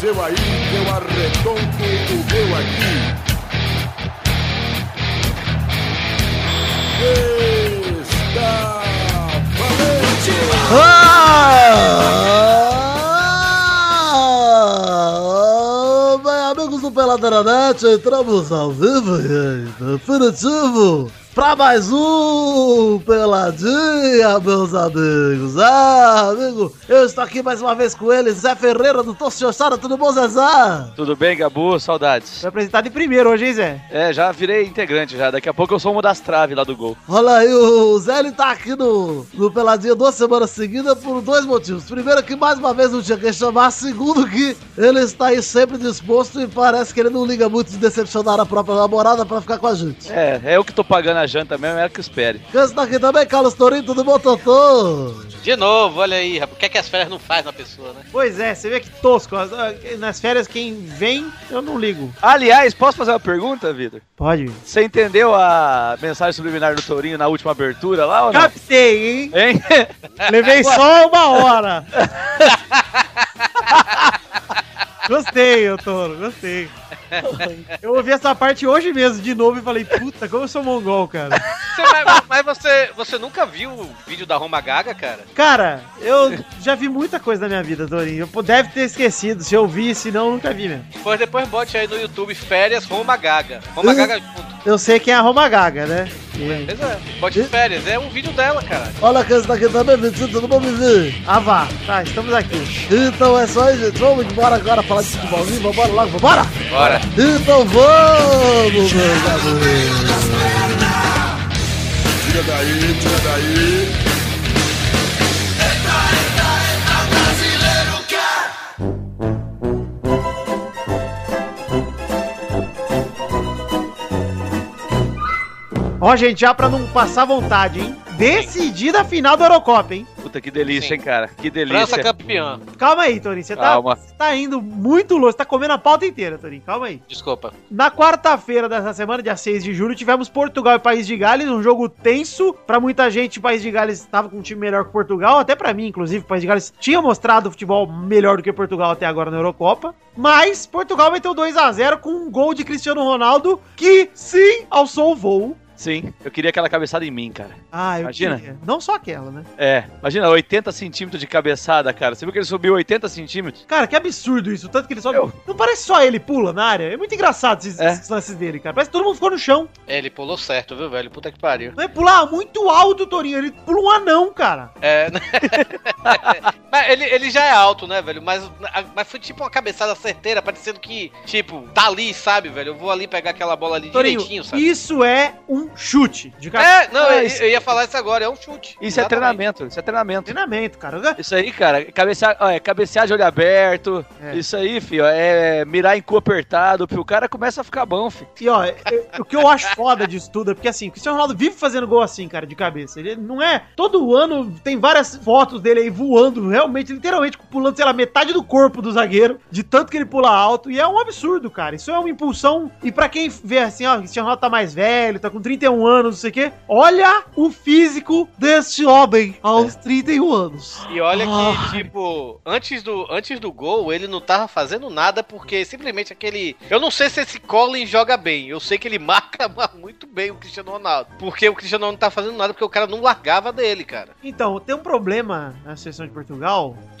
seu aí, eu arredonto o meu aqui. Está valente! Ah! Bem, amigos do Peladranet, entramos ao vivo e em definitivo para mais um Peladinha, meus amigos. Ah, amigo, eu estou aqui mais uma vez com ele, Zé Ferreira do Torcio Chara. Tudo bom, Zezé? Tudo bem, Gabu? Saudades. Foi apresentado em primeiro hoje, hein, Zé? É, já virei integrante já. Daqui a pouco eu sou uma das traves lá do gol. Olha aí, o Zé ele tá aqui no, no Peladinha duas semanas seguidas por dois motivos. Primeiro que mais uma vez não tinha quem chamar, segundo que ele está aí sempre disposto e parece que ele não liga muito de decepcionar a própria namorada pra ficar com a gente. É, é eu que tô pagando a janta mesmo, é que espere. Quem está aqui também, Carlos Torinho, tudo bom, Totô? De novo, olha aí, rapaz. O que é que as férias não faz na pessoa, né? Pois é, você vê que tosco. As- ah, Nas férias, quem vem, eu não ligo. Aliás, posso fazer uma pergunta, Vitor? Pode. Você entendeu a mensagem subliminar do Tourinho na última abertura lá ou não? Captei, hein? Hein? Levei só uma hora. gostei, eu touro, gostei. Eu ouvi essa parte hoje mesmo, de novo, e falei, puta, como eu sou mongol, cara. Você vai- mas mas você, você nunca viu o vídeo da Roma Gaga, cara? Cara, eu já vi muita coisa na minha vida, Torinho. Eu po- deve ter esquecido. Se eu vi, se não, eu nunca vi mesmo. Depois, depois bote aí no YouTube Férias Roma Gaga. Roma Gaga junto. Eu sei quem é a Roma Gaga, né? E... Pois é, bote Férias. É um vídeo dela, cara. Olha quem está aqui também, Vitinho, tudo bom, Vivi? Ah, vá. Tá, estamos aqui. Então é só isso, gente. Vamos embora agora falar de futebolzinho, vambora logo, vambora! Bora. Então vamos, meus amigos! Tira daí, tira daí. Ó, gente, já pra não passar vontade, hein? Decidida a final da Eurocopa, hein? Puta, que delícia, Sim. hein, cara? Que França delícia. campeã. Calma aí, Torinho. Você tá, Calma. você tá indo muito longe. Você tá comendo a pauta inteira, Torinho. Calma aí. Desculpa. Na quarta-feira dessa semana, dia 6 de julho, tivemos Portugal e País de Gales, um jogo tenso. Pra muita gente, o País de Gales estava com um time melhor que Portugal, até pra mim, inclusive, o País de Gales tinha mostrado futebol melhor do que Portugal até agora na Eurocopa. Mas Portugal meteu 2 a 0 com um gol de Cristiano Ronaldo, que sim, alçou o voo. Sim, eu queria aquela cabeçada em mim, cara. Ah, eu Imagina. queria. Não só aquela, né? É, imagina, 80 centímetros de cabeçada, cara. Você viu que ele subiu 80 centímetros? Cara, que absurdo isso. o Tanto que ele sobe. Eu- Não parece só ele pula na área. É muito engraçado esses, É. esses lances dele, cara. Parece que todo mundo ficou no chão. É, ele pulou certo, viu, velho? Puta que pariu. Não é pular muito alto, Torinho. Ele pula um anão, cara. É. né? mas ele, ele já é alto, né, velho? Mas, mas foi tipo uma cabeçada certeira, parecendo que, tipo, tá ali, sabe, velho? Eu vou ali pegar aquela bola ali Torinho, direitinho, sabe? isso é um chute de cara. É, não, Ah, eu, isso- eu ia falar isso agora, é um chute. Isso é Exatamente. treinamento, isso é treinamento. Treinamento, cara. Isso aí, cara, cabecear, ó, é cabecear de olho aberto. É. Isso aí, filho, é mirar em cu apertado, filho. O cara começa a ficar bom, filho. E ó, eu- o que eu acho foda disso tudo é porque assim, o Cristiano Ronaldo vive fazendo gol assim, cara, de cabeça. Ele não é. Todo ano tem várias fotos dele aí voando, realmente, literalmente, pulando, sei lá, metade do corpo do zagueiro, de tanto que ele pula alto. E é um absurdo, cara. Isso é uma impulsão. E pra quem vê assim, ó, o Cristiano Ronaldo tá mais velho, tá com 31 anos, não sei o quê. Olha o físico deste homem aos 31 anos. E olha Ah. que, tipo, antes do, antes do gol, ele não tava fazendo nada, porque simplesmente aquele. Eu não sei se esse Collins joga bem. Eu sei que ele marca muito bem o Cristiano Ronaldo. Porque o Cristiano Ronaldo não tá fazendo nada, porque o cara não largava dele, cara. Então, tem um problema na seleção de Portugal.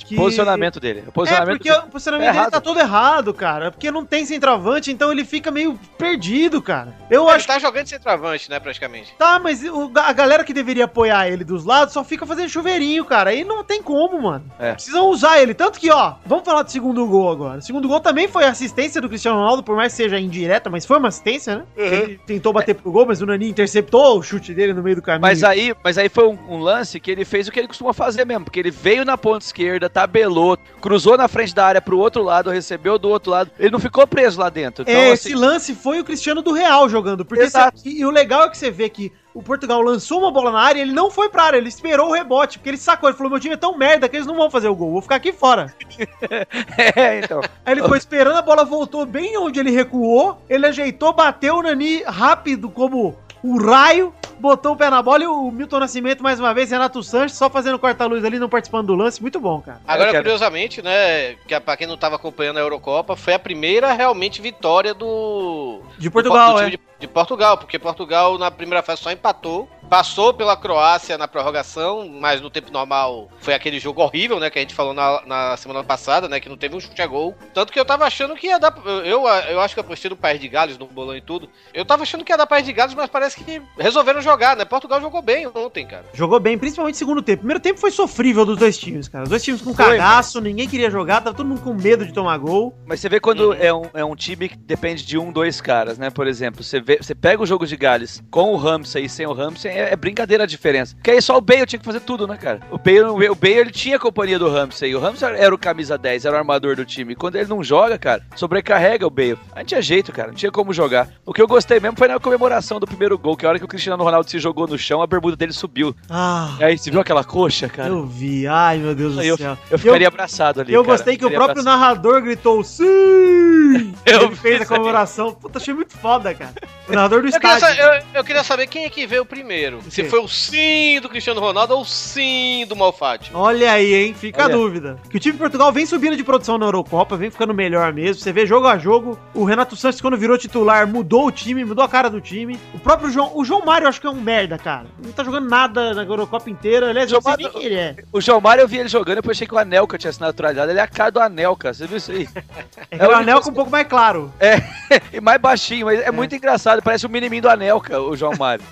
que- Posicionamento dele. O É, posicionamento porque dele. o posicionamento dele tá errado. todo errado, cara. Porque não tem centroavante, então ele fica meio perdido, cara. Eu Ele acho que tá jogando de centroavante, né, praticamente. tá, mas o- a galera que deveria apoiar ele dos lados só fica fazendo chuveirinho, cara. Aí não tem como, mano. É. Precisam usar ele. Tanto que, ó, vamos falar do segundo gol agora. O segundo gol também foi assistência do Cristiano Ronaldo, por mais que seja indireta, mas foi uma assistência, né? Uhum. Ele tentou bater pro gol, mas o Nani interceptou o chute dele no meio do caminho. Mas aí, mas aí foi um, um lance que ele fez o que ele costuma fazer mesmo, porque ele veio na ponta esquerda, tabelou, cruzou na frente da área pro outro lado, recebeu do outro lado, ele não ficou preso lá dentro. Então, é, assim, esse lance foi o Cristiano do Real jogando. Porque Exato. cê- e, e o legal é que você vê que o Portugal lançou uma bola na área e ele não foi pra área, ele esperou o rebote, porque ele sacou, ele falou, meu time é tão merda que eles não vão fazer o gol, vou ficar aqui fora. é, então. Aí ele foi esperando, a bola voltou bem onde ele recuou, ele ajeitou, bateu o Nani rápido como um raio, botou o pé na bola e o Milton Nascimento, mais uma vez, Renato Sanches, só fazendo corta-luz ali, não participando do lance. Muito bom, cara. Agora, Eu quero- curiosamente, né, que pra quem não tava acompanhando a Eurocopa, foi a primeira realmente vitória do, De Portugal, do é. time de, de Portugal, porque Portugal na primeira fase só empatou, passou pela Croácia na prorrogação, mas no tempo normal foi aquele jogo horrível, né, que a gente falou na, na semana passada, né, que não teve um chute a gol. Tanto que eu tava achando que ia dar, eu, eu, eu acho que eu apostei no País de Gales, no bolão e tudo, eu tava achando que ia dar País de Gales, mas parece que resolveram jogar, né, Portugal jogou bem ontem, cara. Jogou bem, principalmente no segundo tempo. Primeiro tempo foi sofrível dos dois times, cara. Os dois times com Foi, cagaço, ninguém queria jogar, tava todo mundo com medo de tomar gol. Mas você vê quando Uhum. é, um, é um time que depende de um, dois caras, né? Por exemplo, você, vê, você pega o jogo de Gales com o Ramsey e sem o Ramsey, é, é brincadeira a diferença. Porque aí só o Bale tinha que fazer tudo, né, cara? O Bale, o Bale ele tinha a companhia do Ramsey. O Ramsey era o camisa 10, era o armador do time. Quando ele não joga, cara, sobrecarrega o Bale. Aí Não tinha jeito, cara. Não tinha como jogar. O que eu gostei mesmo foi na comemoração do primeiro gol, que a hora que o Cristiano Ronaldo se jogou no chão, a bermuda dele subiu. Ah, E aí, você viu aquela coxa, É, cara? eu vi. Ai, meu Deus do Eu- céu. Eu ficaria abraçado ali. eu cara. gostei que o Ficaria próprio narrador gritou sim! Eu Ele fez a vi isso aí. comemoração. Puta, achei muito foda, cara. O narrador do Eu queria, sa- estádio. eu- eu queria saber quem é que veio primeiro. quê? Se foi o sim do Cristiano Ronaldo ou o sim do Malfatti. Olha aí, hein? Fica Olha. a dúvida. Que o time de Portugal vem subindo de produção na Eurocopa, vem ficando melhor mesmo. Você vê jogo a jogo. O Renato Sanches, quando virou titular, mudou o time, mudou a cara do time. O próprio João. O João Mário, eu acho que é um merda, cara. Não tá jogando nada na Eurocopa inteira. Aliás, eu não sei João nem quem ele é. O João Mário eu vi ele jogando, depois achei que o Anelka tinha sido naturalizado. Ele é a cara do Anelka, você viu isso aí? É É que o o único Anel que- com um pouco mais claro. E mais baixinho, mas é, muito engraçado, parece o menininho do Anelka, o João Mário.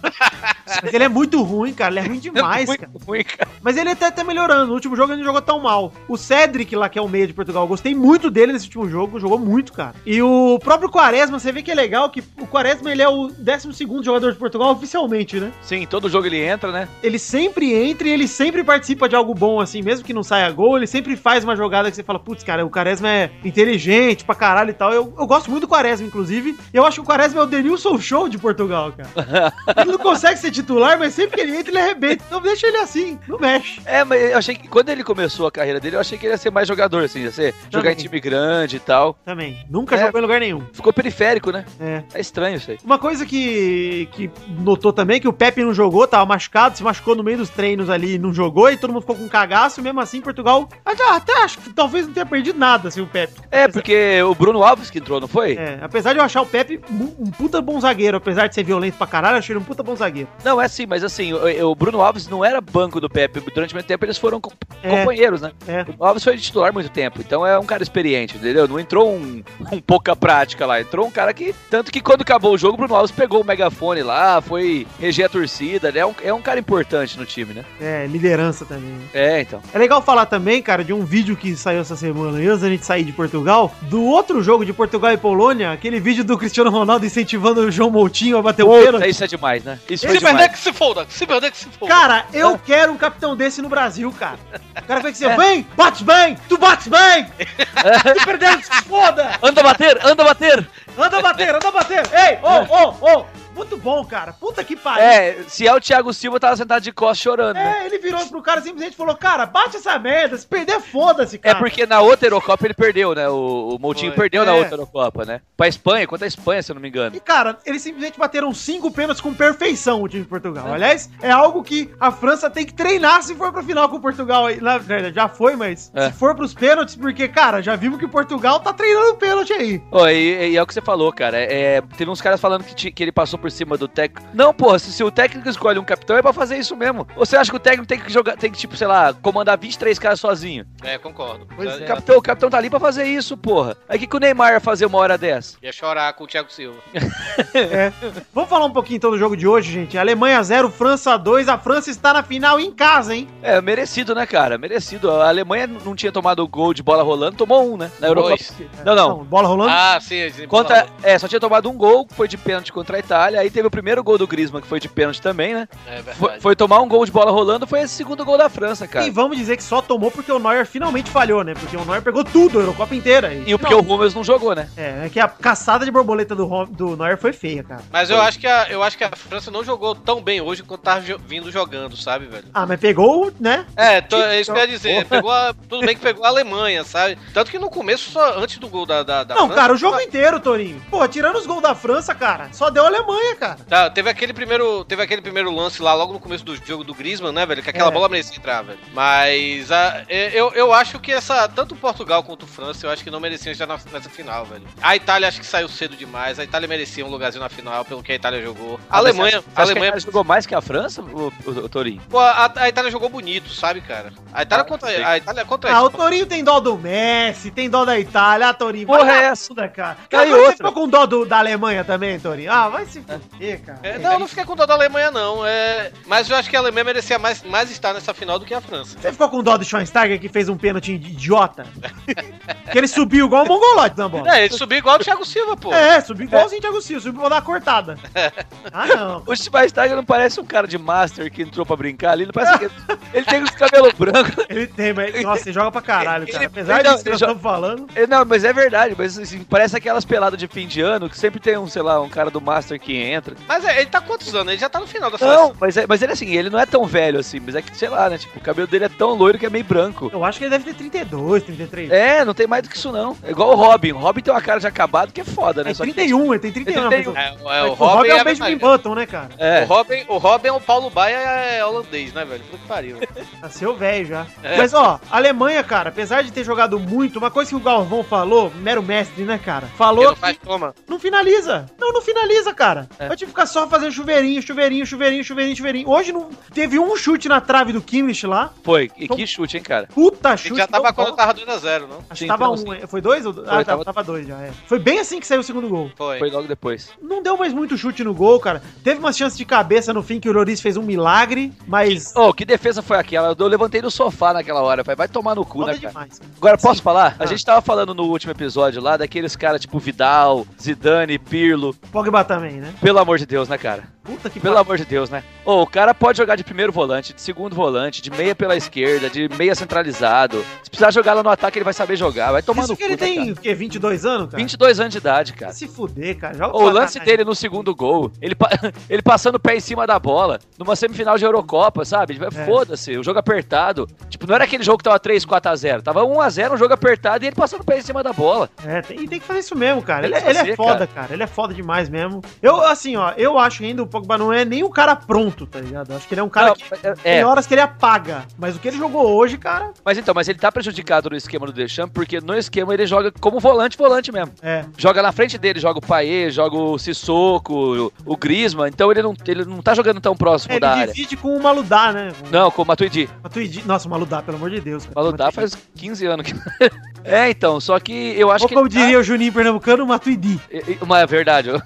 Mas ele é muito ruim, cara. Ele é ruim demais, muito cara. ruim, cara. Mas ele até tá melhorando. No último jogo ele não jogou tão mal. O Cedric, lá que é o meia de Portugal, eu gostei muito dele nesse último jogo. Jogou muito, cara. E o próprio Quaresma, você vê que é legal que o Quaresma ele é o 12 jogador de Portugal oficialmente, né? Sim, todo jogo ele entra, né? Ele sempre entra e ele sempre participa de algo bom, assim, mesmo que não saia gol. Ele sempre faz uma jogada que você fala, putz, cara, o Quaresma é inteligente pra caralho e tal. Eu, eu gosto muito do Quaresma, inclusive. E eu acho que o Quaresma é o Denilson Show de Portugal, cara. ele não consegue ser titular, mas sempre que ele entra, ele arrebenta. Então deixa ele assim, não mexe. É, mas eu achei que quando ele começou a carreira dele, eu achei que ele ia ser mais jogador, assim, ia ser jogar em time grande e tal. Também. Nunca É. jogou em lugar nenhum. Ficou periférico, né? É. É estranho isso aí. Uma coisa que, que notou também é que o Pepe não jogou, tava machucado, se machucou no meio dos treinos ali, não jogou e todo mundo ficou com cagaço. Mesmo assim, Portugal até, até acho que talvez não tenha perdido nada assim, o Pepe. É, porque o Bruno Alves que entrou, não foi? É, apesar de eu achar o Pepe mu- um puta bom zagueiro, apesar de ser violento pra caralho, eu achei ele um puta bom zagueiro. Não, é sim, mas assim, o, o Bruno Alves não era banco do Pepe. Durante muito tempo eles foram co- É. companheiros, né? É. O Alves foi titular há muito tempo, então é um cara experiente, entendeu? Não entrou um, um pouca prática lá, entrou um cara que. Tanto que quando acabou o jogo, o Bruno Alves pegou o megafone lá, foi reger a torcida, né? É um, é um cara importante no time, né? É, liderança também. né? É, então. É legal falar também, cara, de um vídeo que saiu essa semana, antes da gente sair de Portugal, do outro jogo de Portugal e Polônia, aquele vídeo do Cristiano Ronaldo incentivando o João Moutinho a bater o pênalti. Puta, isso é demais, né? Isso foi Se perder demais. que se foda, se perder que se foda. Cara, eu quero um capitão desse no Brasil, cara. O cara vai É. dizer, vem, bate bem, tu bates bem. Se perder, se foda. Anda bater, anda bater! Anda bater, anda bater. Ei, ô, ô, ô. Muito bom, cara. Puta que pariu. É. É, se é o Thiago Silva, tava sentado de costas chorando, né? ele virou pro cara e simplesmente falou, cara, bate essa merda, se perder, foda-se, É cara. porque na outra Eurocopa ele perdeu, né? O, o Moutinho Foi. perdeu na É. outra Eurocopa, né? Pra Espanha, contra a Espanha, se eu não me engano. E, cara, eles simplesmente bateram cinco pênaltis com perfeição o time de Portugal. Aliás, é algo que a França tem que treinar se for pra final com o Portugal. aí. Na verdade, já foi, mas É. se for pros pênaltis, porque, cara, já vimos que o Portugal tá treinando pênalti aí. Ó, e, e é o que você falou, cara. É, teve uns caras falando que, ti- que ele passou por cima do técnico. Não, porra, se, se o técnico escolhe um capitão é pra fazer isso mesmo. Ou você acha que o técnico tem que jogar, tem que, tipo, sei lá, comandar 23 caras sozinho? É, concordo. Pois Já- é. já- Capitão, o capitão tá ali pra fazer isso, porra. Aí o que, que o Neymar ia fazer uma hora dessa? Ia chorar com o Thiago Silva. Vamos falar um pouquinho então do jogo de hoje, gente. Alemanha 0, França 2. A França está na final em casa, hein? É, merecido, né, cara? Merecido. A Alemanha n- não tinha tomado gol de bola rolando, tomou um, né? Na Eurocopa. Dois. Não, não. bola rolando. Ah, sim. eles Contra, empurraram. é, só tinha tomado um gol, que foi de pênalti contra a Itália. Aí teve o primeiro gol do Griezmann, que foi de pênalti também, né? É verdade. Foi, foi tomar um gol de bola rolando, foi esse segundo gol da França, cara. e vamos dizer que só tomou porque o Neuer finalmente falhou, né? Porque o Neuer pegou tudo, a Eurocopa inteira. E o porque o Rummels não jogou, né? É, é que a caçada de borboleta do, Ro- do Neuer foi feia, cara. Mas eu acho, que a, eu acho que a França não jogou tão bem hoje quanto tava jo- vindo jogando, sabe, velho? Ah, mas pegou, né? É, tô, é isso que eu ia dizer. Pegou a- tudo bem que pegou a Alemanha, sabe? Tanto que no começo, só antes do gol da, da, da não, França, cara, o jogo inteiro, Torinho. Pô, tirando os gols da França, cara, só deu a Alemanha, vergonha, cara. Tá, teve aquele primeiro, teve aquele primeiro lance lá logo no começo do jogo do Griezmann, né, velho? Que aquela É. bola merecia entrar, velho. Mas a- é, eu, eu acho que essa tanto Portugal quanto França, eu acho que não mereciam estar na- nessa final, velho. A Itália acho que saiu cedo demais. A Itália merecia um lugarzinho na final pelo que a Itália jogou. A Alemanha, a Alemanha, Alemanha jogou mais que a França, o, o, o Torinho? pô, a, a Itália jogou bonito, sabe, cara? A Itália Ah, contra sim. a Itália contra a Ah, o Espanha. Torinho tem dó do Messi, tem dó da Itália. Ah, Torinho, Porra, vai é na essa? bunda, cara. Tá aí Cara, você outra. ficou com dó do- da Alemanha também, Torinho? Ah, vai se fuder, cara. É, não, eu não fiquei com dó da Alemanha, não. É... Mas eu acho que a Alemanha merecia mais, mais estar nessa final do que a França. Você ficou com dó do Schweinsteiger que fez um pênalti idiota? que ele subiu igual o mongolote na bola. É, ele subiu igual o Thiago Silva, pô. É, subiu igualzinho o Thiago Silva, subiu pra dar uma cortada. Ah, não. O Schweinsteiger não parece um cara de master que entrou pra brincar ali, ele parece que ele tem os cabelos brancos. Ele tem, mas. Nossa, ele joga pra caralho, cara. Ele- Apesar ele- disso que ele nós joga- estamos falando. É, Não, mas é verdade, mas assim, parece aquelas peladas de fim de ano que sempre tem um, sei lá, um cara do master que entra. Mas é, ele tá quantos anos? Ele já tá no final da Não, mas, é- mas ele assim, ele não é tão velho assim, mas é que, sei lá, né, tipo, o cabelo dele é tão loiro que é meio branco. Eu acho que ele deve ter 32, 33. É, não tem mais do que isso não. É igual o Robin, o Robin tem uma cara de acabado que é foda, né? É Só que- 31, ele tem 31. Ele tem- mas- É, é, mas o, Robin é é a o Benjamin mesma- Button, né, cara? o É. Robin, o Robin, o Paulo Baia é holandês, né, velho? Puta que pariu. Nasceu velho já. É. Mas, ó, a Alemanha, cara, apesar de ter jogado muito, uma coisa que o Galvão falou, mero mestre, né, cara? Ele Falou não que faz toma. não finaliza. Não, não finaliza, cara. Eu tive que ficar só fazendo chuveirinho, chuveirinho, chuveirinho, chuveirinho, chuveirinho. Hoje não teve um chute na trave do Kimmich lá. Foi, e que chute, hein, cara? Puta Ele chute. já tava não quando volta. tava 2x0, não? Acho que Sim, tava então, um, sim. hein? Foi dois? Ou... ah, tava, tava- tava dois já, é. Foi bem assim que saiu o segundo gol. Foi. Foi logo depois. Não deu mais muito chute no gol, cara. Teve umas chances de cabeça no fim que o Lloris fez um milagre, mas... Ô, que defesa foi aquela? Eu levantei do sofá naquela hora, pai. Vai tomar no cu, Foda né, cara? demais. cara. Agora, posso falar? A Ah. gente tava falando no último episódio lá daqueles caras tipo Vidal, Zidane, Pirlo. Pogba também, né? Pelo amor de Deus, né, cara? Puta que Pelo amor de Deus, né? Ô, o cara pode jogar de primeiro volante, de segundo volante, de meia pela esquerda, de meia centralizado. Se precisar jogar lá no ataque, ele vai saber jogar. Vai tomar Isso no que ele cu, né, tem, cara? o quê? 22 anos, cara? 22 anos de idade, cara. Se fuder, cara. Joga Ô, O pra né? lance caralho. dele no segundo gol, ele, pa- ele passando o pé em cima da bola, numa semifinal de Eurocopa, sabe? Vai- É. Foda-se, o jogo apertado. Tipo, não era aquele jogo que tava 3, 4x0, tava 1x0, um jogo apertado e ele passando o pé em cima da bola. É, tem, e tem que fazer isso mesmo, cara. Tem Ele, que ele é fazer, foda, cara. Ele é foda demais mesmo. Eu, assim, ó, eu acho que ainda o Pogba não é nem um cara pronto, tá ligado? Eu acho que ele é um cara Não, que. é, Tem horas que ele apaga. Mas o que ele jogou hoje, cara. mas então, mas ele tá prejudicado no esquema do Deschamps, porque no esquema ele joga como volante, volante mesmo. É. Joga na frente dele, joga o Paê, joga o Sissoko, o, o Grisma, então ele não, ele não tá jogando tão próximo Ele da área. divide com o Maludá, né? Com Não, com o Matuidi. o Matuidi. Nossa, o Maludá, pelo amor de Deus. Cara. Maludá faz 15 anos que. é, então, só que eu acho Ou que. como ele tá- diria o Juninho Pernambucano, o Matuidi. E- e- Uma é verdade. eu-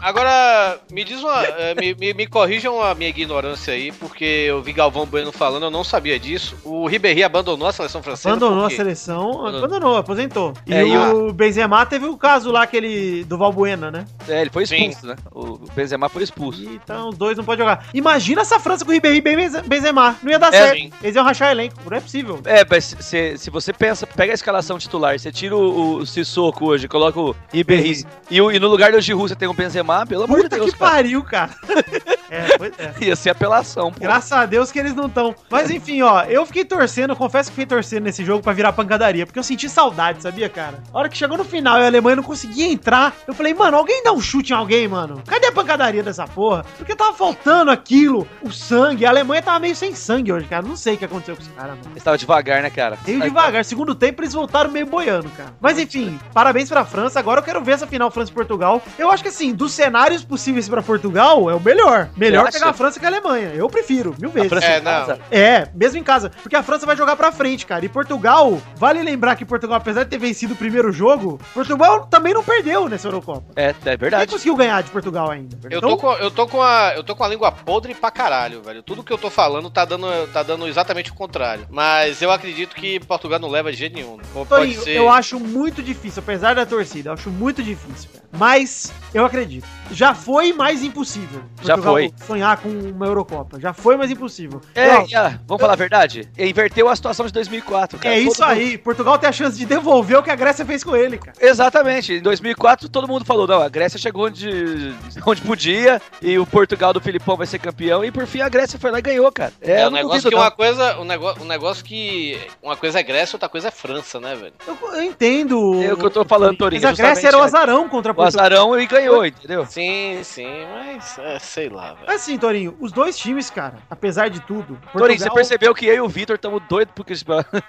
Agora, me diz uma. eh, me, me, me corrijam a minha ignorância aí, porque eu vi Galvão Bueno falando, eu não sabia disso. O Ribéry abandonou a seleção francesa. Abandonou a por quê? seleção, Abandonou. abandonou, aposentou. E É, e o Benzema teve o caso lá, aquele do Valbuena, né? É, ele foi Sim. expulso, né? O Benzema foi expulso. E Então os dois não podem jogar. Imagina essa França com o Ribéry e Benze- Benzema. Não ia dar É, certo. sim. Eles iam rachar elenco. Não é possível. É, mas se, se- se você pensa, pega a escalação titular, você tira o, o Sissoko hoje, coloca o Ribéry e, o- e no lugar do Giroud você tem o Benzema, pelo amor de Puta Deus, que cara. pariu, cara. é, pois é. Ia ser apelação, pô. Graças a Deus que eles não estão. Mas enfim, ó, eu fiquei torcendo, eu confesso que fiquei torcendo nesse jogo pra virar pancadaria, porque eu senti saudade, sabia, cara? A hora que chegou no final e a Alemanha não conseguia entrar, eu falei, mano, alguém dá um chute em alguém, mano. Cadê a pancadaria dessa porra? Porque tava faltando aquilo, o sangue. A Alemanha tava meio sem sangue hoje, cara. Não sei o que aconteceu com os caras, mano. Estava devagar, né, cara? Meio devagar, segundo tempo eles voltaram meio boiando, cara. Mas enfim, parabéns pra França. Agora eu quero ver essa final França e Portugal. Eu acho que assim, dos cenários possíveis pra Portugal, é o melhor. Melhor Você acha? pegar a França que a Alemanha. Eu prefiro, mil A vezes. França É, em casa. É, mesmo em casa, porque a França vai jogar pra frente, cara. E Portugal, vale lembrar que Portugal, apesar de ter vencido o primeiro jogo, Portugal também não perdeu nessa Eurocopa. É, é Quem verdade. conseguiu ganhar de Portugal ainda? Então, Eu tô, com, eu, tô com a, eu tô com a língua podre pra caralho, velho. Tudo que eu tô falando tá dando, tá dando exatamente o contrário. Mas eu acredito que Portugal não leva de jeito nenhum. Pô, Pode Torinho, ser. eu acho muito difícil, apesar da torcida, eu acho muito difícil, cara. Mas eu acredito. Já foi mais impossível. Já Portugal foi. foi. sonhar com uma Eurocopa. Já foi, mas impossível. É, Então, e, ah, vamos falar a verdade? Inverteu a situação de 2004, cara. é Todo isso mundo- aí. Portugal tem a chance de devolver o que a Grécia fez com ele, cara. Exatamente. Em 2004, todo mundo falou, não, a Grécia chegou onde, onde podia e o Portugal do Filipão vai ser campeão. E por fim, a Grécia foi lá e ganhou, cara. É, eu não um negócio duvido, que não. uma coisa. Um negócio, um negócio que. Uma coisa é Grécia, outra coisa é França, né, velho? Eu, eu entendo. É o que eu tô falando, Torinho. Mas a justamente, Grécia era o né? azarão contra O Portugal. azarão e ganhou, entendeu? Sim, sim, mas é, sei lá, velho. Assim, Torinho, os dois times, cara, apesar de tudo. Torinho, você percebeu que eu e o Vitor estamos doidos porque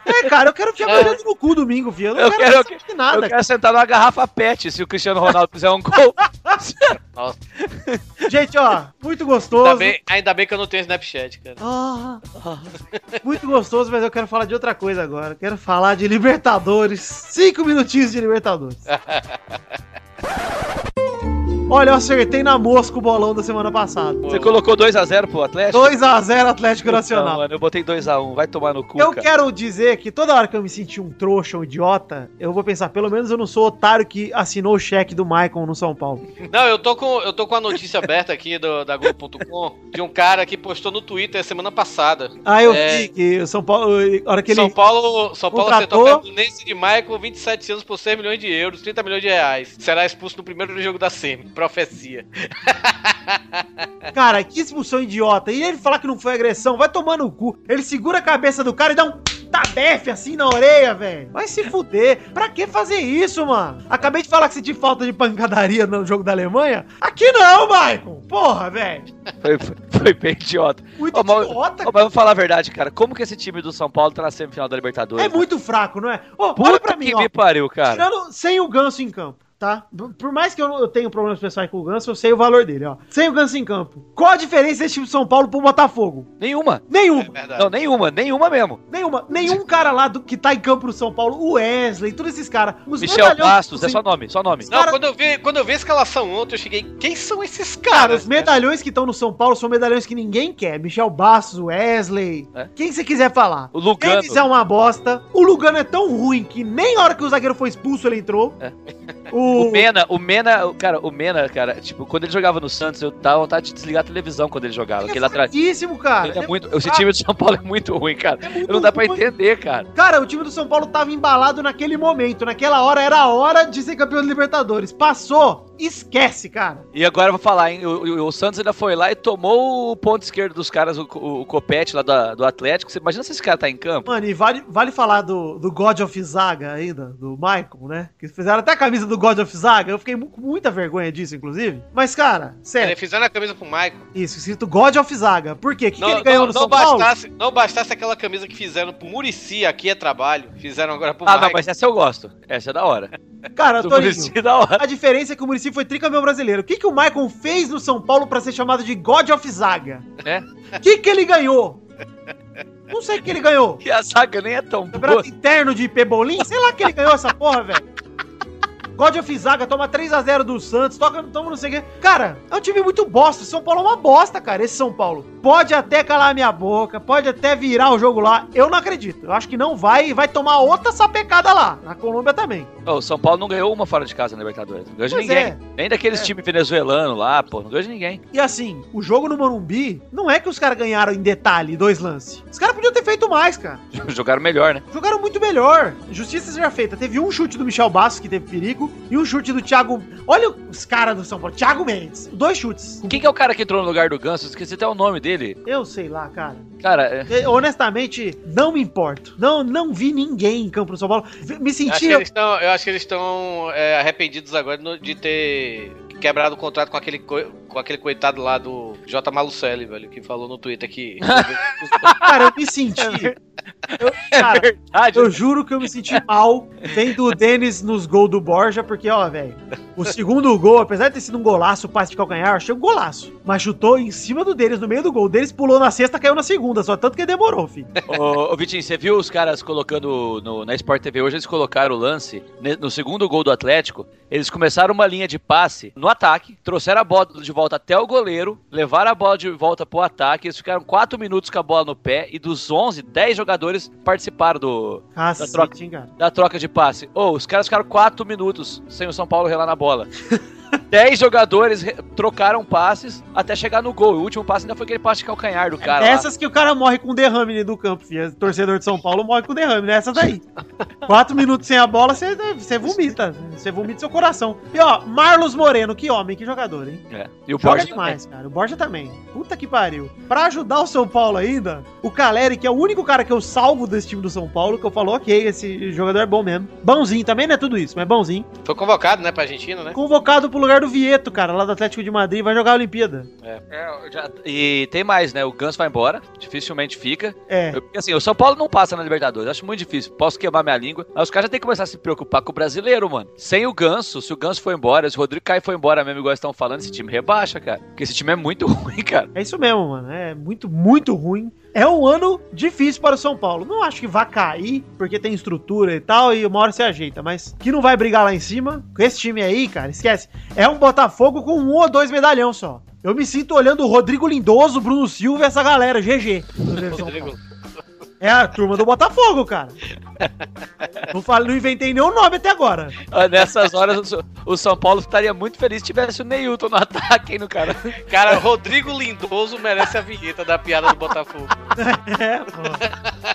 É, cara, eu quero ficar É. olhando no cu domingo, viu? Eu não Eu quero, quero- saber de nada, eu quero sentar numa garrafa pet se o Cristiano Ronaldo fizer um gol. cara. Gente, ó, muito gostoso. Ainda bem, ainda bem que eu não tenho Snapchat, cara. Ah, muito gostoso, mas eu quero falar de outra coisa agora. Quero falar de Libertadores. Cinco minutinhos de Libertadores. Olha, eu acertei na mosca o bolão da semana passada. Você colocou 2x0 pro Atlético? 2x0 Atlético Não, Nacional. mano, eu botei 2x1, vai tomar no cu, é Eu cara. quero dizer que toda hora que eu me sentir um trouxa, um idiota, eu vou pensar, pelo menos eu não sou o otário que assinou o cheque do Maicon no São Paulo. Não, eu tô com, eu tô com a notícia aberta aqui do, da Globo.com de um cara que postou no Twitter semana passada. Aí eu É. vi que o São Paulo, a hora que ele São Paulo, São Paulo contratou- acertou a permanência de Michael 27 anos por 100 milhões de euros, 30 milhões de reais. Será expulso no primeiro jogo da SEMI. Profecia. Cara, que expulsão idiota. E ele falar que não foi agressão, vai tomar no cu. Ele segura a cabeça do cara e dá um tabefe assim na orelha, velho. Vai se fuder. Pra que fazer isso, mano? Acabei de falar que senti falta de pancadaria no jogo da Alemanha. Aqui não, Maicon. Porra, velho. Foi, foi- foi bem idiota. Muito Ô, mas- idiota, Ô, mas vou falar a verdade, cara. Como que esse time do São Paulo tá na semifinal da Libertadores? É muito fraco, não é? Ô, olha Puta pra que mim, ó. me pariu, cara. Tirando sem o ganso em campo. Tá? Por por mais que eu, não- eu tenha problemas pessoais com o Ganso, eu sei o valor dele, ó. Sem o Ganso em campo. Qual a diferença desse time de São Paulo pro Botafogo? Nenhuma. Nenhuma. verdade. Não, nenhuma, nenhuma mesmo. Nenhuma, nenhum cara lá do, que tá em campo do São Paulo, o Wesley, todos esses caras. Os Michel medalhões- Bastos, é sim, só nome, só nome. Não, cara- quando eu, vi, quando eu vi a escalação ontem, eu cheguei. Quem são esses Cara, caras? os medalhões que estão no São Paulo são medalhões que ninguém quer. Michel Bastos, Wesley, É. quem você quiser falar. O Lugano. Eles é uma bosta. O Lugano é tão ruim que nem a hora que o zagueiro foi expulso ele entrou. É. O, O Mena, o Mena, o- cara, o Mena, cara, tipo, quando ele jogava no Santos, eu tava vontade de desligar a televisão quando ele jogava. ele Porque é lá atrás. fraquíssimo, cara. Ele é É muito, esse time do São Paulo é muito ruim, cara. é muito Não dá pra ruim. entender, cara. Cara, o time do São Paulo tava embalado naquele momento. Naquela hora era a hora de ser campeão de Libertadores. Passou, esquece, cara. E agora eu vou falar, hein? O, o- o Santos ainda foi lá e tomou o ponto esquerdo dos caras, o, o, o Copete lá da- do Atlético. Você imagina se esse cara tá em campo? Mano, e vale, vale falar do, do God of Zaga ainda, do Michael, né? Que fizeram até a camisa do God of Zaga. Eu fiquei mu- com muita vergonha disso, inclusive. Mas, cara, Ele sério, fizeram a camisa pro Michael. isso, escrito God of Zaga. Por quê? O que, que ele ganhou no São Paulo? bastasse, não né? bastasse aquela camisa que fizeram pro Murici, aqui é trabalho. Fizeram agora pro Ah, Michael. não, mas essa eu gosto. Essa é da hora. Cara, Do Torinho, Muricy, da hora. a diferença é que o Muricy foi tricampeão brasileiro. O que, que o Michael fez no São Paulo pra ser chamado de God of Zaga? É. O que, que ele ganhou? Não sei o que ele ganhou. E a zaga nem é tão boa. Campeonato interno de IP Bolim? Sei lá que ele ganhou essa porra, velho. God of Zaga toma 3x0 do Santos, toca, toma não sei o quê. Cara, é um time muito bosta. São Paulo é uma bosta, cara, esse São Paulo. Pode até calar a minha boca, pode até virar o jogo lá. Eu não acredito. Eu acho que não vai e vai tomar outra sapecada lá. Na Colômbia também. Ô, o São Paulo não ganhou uma fora de casa na Libertadores. Não ganhou de Pois ninguém. é. Nem daqueles É. times venezuelanos lá, pô. Não ganhou de ninguém. E assim, o jogo no Morumbi, não é que os caras ganharam em detalhe dois lances. Os caras podiam ter feito mais, cara. Jogaram melhor, né? Jogaram muito melhor. Justiça seja feita. Teve um chute do Michel Bastos, que teve perigo, e um chute do Thiago. Olha os caras do São Paulo. Thiago Mendes. Dois chutes. Quem que é o cara que entrou no lugar do Ganso? Esqueci até o nome dele. Eu sei lá, cara. Cara, é- Eu, honestamente, não me importo. Não, não vi ninguém em campo do São Paulo. Me Eu acho que senti. eles tão- eu acho que eles estão é, arrependidos agora no- de ter quebrado o contrato com aquele, co- com aquele coitado lá do J. Malucelli, velho, que falou no Twitter que. Cara, eu me senti. Eu- cara, Ah, verdade. Eu juro que eu me senti mal vendo o Denis nos gols do Borja, porque, ó, velho, o segundo gol, apesar de ter sido um golaço, o passe de calcanhar, eu achei um golaço. Mas chutou em cima do Denis, no meio do gol. O Denis pulou na sexta, caiu na segunda, só tanto que demorou, filho. Ô, ô, Vitinho, você viu os caras colocando no- na Sport TV hoje? Eles colocaram o lance ne- no segundo gol do Atlético. Eles começaram uma linha de passe no ataque, trouxeram a bola de volta até o goleiro, levaram a bola de volta pro ataque. Eles ficaram 4 minutos com a bola no pé e dos 11, 10 jogadores participaram do- Cacete, hein, cara. da troca de passe. Ô, os caras ficaram 4 minutos sem o São Paulo relar na bola. 10 jogadores re- trocaram passes até chegar no gol. E o último passe ainda foi aquele passe de calcanhar do É cara. lá. Essas que o cara morre com derrame ali do campo, filho. Torcedor de São Paulo morre com derrame, né? Essa daí. Quatro minutos sem a bola, você- você vomita. Você vomita seu coração. E ó, Marlos Moreno, que homem, que jogador, hein? É. E o Joga Borja demais, cara. O Borja também. Puta que pariu. Pra ajudar o São Paulo ainda, o Caleri, que é o único cara que eu salvo desse time do São Paulo, que eu falo, ok, esse jogador é bom mesmo. Bonzinho também, não é tudo isso, mas bonzinho. Foi convocado, né, pra Argentina, né? Convocado pro lugar do Vieto, cara, lá do Atlético de Madrid, vai jogar a Olimpíada. É, já- e tem mais, né? O Ganso vai embora, dificilmente fica. É. Eu- assim, o São Paulo não passa na Libertadores, acho muito difícil. Posso queimar minha língua. Mas os caras já têm que começar a se preocupar com o brasileiro, mano. Sem o Ganso, se o Ganso foi embora, se o Rodrigo Caio foi embora mesmo, igual estão falando, esse time rebaixa, cara. Porque esse time é muito ruim, cara. É isso mesmo, mano. É muito, muito ruim. É um ano difícil para o São Paulo. Não acho que vá cair, porque tem estrutura e tal, e uma hora se ajeita, mas que não vai brigar lá em cima. Com esse time aí, cara, esquece. É um Botafogo com um ou dois medalhão só. Eu me sinto olhando o Rodrigo Lindoso, Bruno Silva e essa galera, GG. Rodrigo. É a turma do Botafogo, cara. Não, falo, não inventei nenhum nome até agora. Ah, Nessas horas, o São- o São Paulo estaria muito feliz se tivesse o Neilton no ataque, hein, no cara. Cara, Rodrigo Lindoso merece a vinheta da piada do Botafogo. É, pô.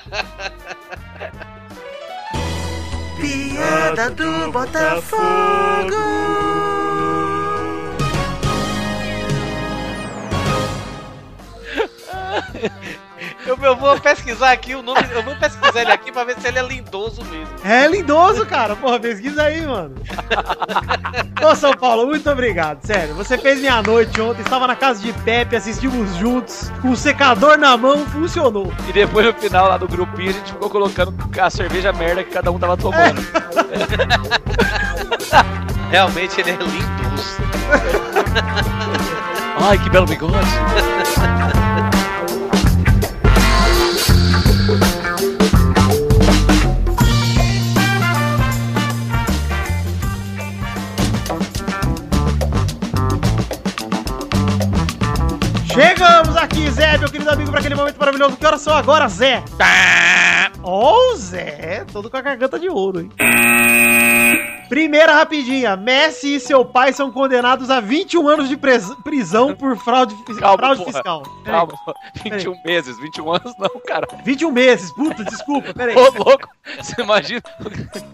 Piada do Botafogo. Eu, eu vou pesquisar aqui o nome, eu vou pesquisar ele aqui pra ver se ele é lindoso mesmo. É lindoso, cara. Porra, pesquisa aí, mano. Ô, São Paulo, muito obrigado. Sério, você fez minha noite ontem. Estava na casa de Pepe, assistimos juntos. Com o secador na mão, funcionou. E depois, no final, lá do grupinho, a gente ficou colocando a cerveja merda que cada um tava tomando. Realmente ele é lindoso. Ai, que belo bigode. Chegamos aqui, Zé, meu querido amigo, para aquele momento maravilhoso. Que horas são agora, Zé? Tá. Ó, o Zé, todo com a garganta de ouro, hein? Primeira rapidinha. Messi e seu pai são condenados a 21 anos de pres- prisão por fraude, fis- Calma, fraude porra. fiscal. Calma, 21 meses, 21 anos não, cara. 21 meses, puta, desculpa, peraí. Ô, louco, você imagina?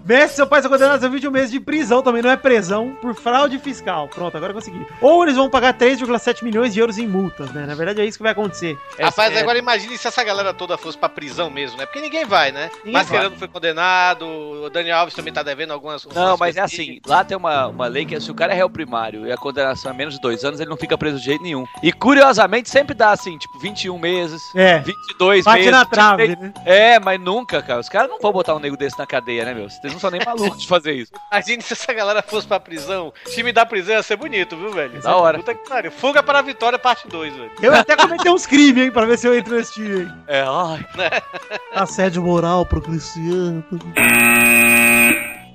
Messi, seu pai são condenados a 21 meses de prisão, também não é prisão, por fraude fiscal. Pronto, agora eu consegui. Ou eles vão pagar 3,7 milhões de euros em multas, né? Na verdade é isso que vai acontecer. Rapaz, É- agora imagine se essa galera toda fosse pra prisão mesmo, né? Porque ninguém vai, né? Ninguém Mascherano foi condenado, o Daniel Alves também tá devendo algumas. Não, algumas mas é coisas. assim, lá tem uma, uma lei que se o cara é réu primário e a condenação é menos de dois anos, ele não fica preso de jeito nenhum. E curiosamente sempre dá assim, tipo, 21 meses, É, 22 bate um meses. na trave, 23. né? É, mas nunca, cara. Os caras não vão botar um nego desse na cadeia, né, meu? Vocês não são nem malucos de fazer isso. Imagine se essa galera fosse pra prisão. Time da prisão ia ser bonito, viu, velho? Da hora. Puta que pariu. Fuga para a vitória, parte 2, velho. Eu até comentei uns crimes, hein, pra ver se eu entro nesse time. aí. É, ai. Assédio moral pro Cristiano.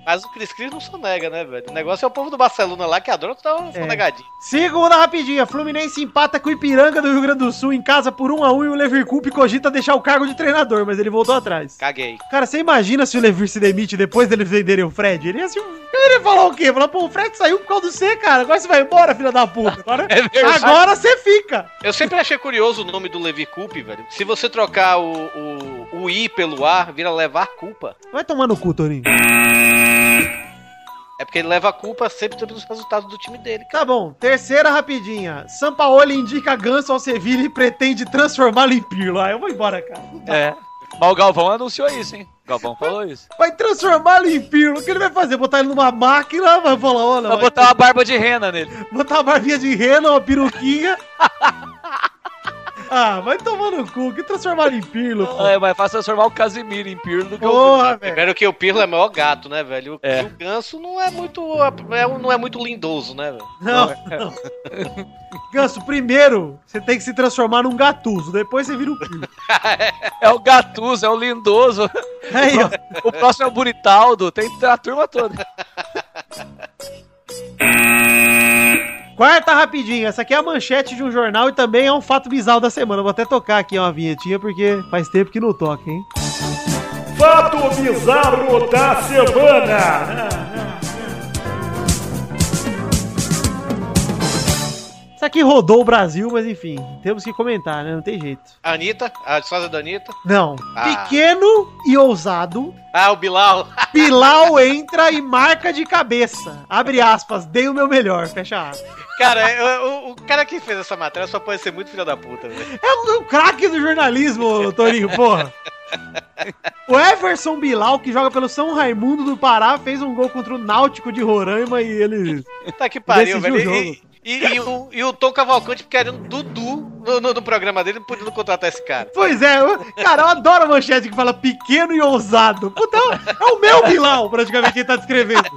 Mas o Cris Cris não sonega, né, velho? O negócio é o povo do Barcelona lá que adora dar um É. sonegadinho. Segunda rapidinha, Fluminense empata com o Ipiranga do Rio Grande do Sul em casa por 1 a 1 e o Leverkusen cogita deixar o cargo de treinador, mas ele voltou atrás. Caguei. Cara, você imagina se o Levir se demite depois deles venderem o Fred? Ele ia, se... ele ia falar o quê? Falar, pô, o Fred saiu por causa do C, cara. Agora você vai embora, filha da puta. Agora, É verdade. agora você fica. Eu sempre achei curioso o nome do Levi Coupe, velho. Se você trocar o, o, o I pelo A, vira levar culpa. Vai tomar no cu, Torinho. É porque ele leva a culpa sempre pelos resultados do time dele. Tá bom, terceira rapidinha. Sampaoli indica Ganso ao Sevilha e pretende transformá-lo em Pirlo. Ah, eu vou embora, cara. É. Mas o Galvão anunciou isso, hein? O Galvão falou isso. Vai transformá-lo em Pirlo. O que ele vai fazer? Botar ele numa máquina? Vai falar, olha, Vai vai botar uma barba de rena nele. botar uma barbinha de rena, uma peruquinha. ah, vai tomar no cu. Que transformá-lo em Pirlo, pô. É, mas faz transformar o Casimiro em Pirlo do que o... Porra, velho. Primeiro que o Pirlo é maior gato, né, velho? É. E o Ganso não é muito é um- não é muito lindoso, né, velho? Não, não. Ganso, primeiro você tem que se transformar num gatuso, depois você vira um o Pio. É o Gatuso, é o Lindoso. Aí, ó. O próximo é o Buritaldo, tem a turma toda. Quarta rapidinho, essa aqui é a manchete de um jornal e também é um fato bizarro da semana. Vou até tocar aqui uma vinhetinha porque faz tempo que não toca, hein? Fato bizarro da semana. Isso aqui rodou o Brasil, mas enfim, temos que comentar, né? Não tem jeito. A Anitta, a história da Anitta. Não. Ah. Pequeno e ousado, Ah, o Bilal. Pilau entra e marca de cabeça. Abre aspas, dei o meu melhor, fecha aspas. Cara, eu- o, o cara que fez essa matéria só pode ser muito filho da puta, velho. É o, é o craque do jornalismo, Torinho, porra. O Everson Bilal, que joga pelo São Raimundo do Pará, fez um gol contra o Náutico de Roraima e ele. Tá que pariu, Decidiu velho. o E, e- e o, e o Tom Cavalcante querendo Dudu no, no- no programa dele, podendo contratar esse cara. Pois é, eu- cara, eu adoro a manchete que fala pequeno e ousado. Puta, é o meu Bilal, praticamente, quem tá descrevendo.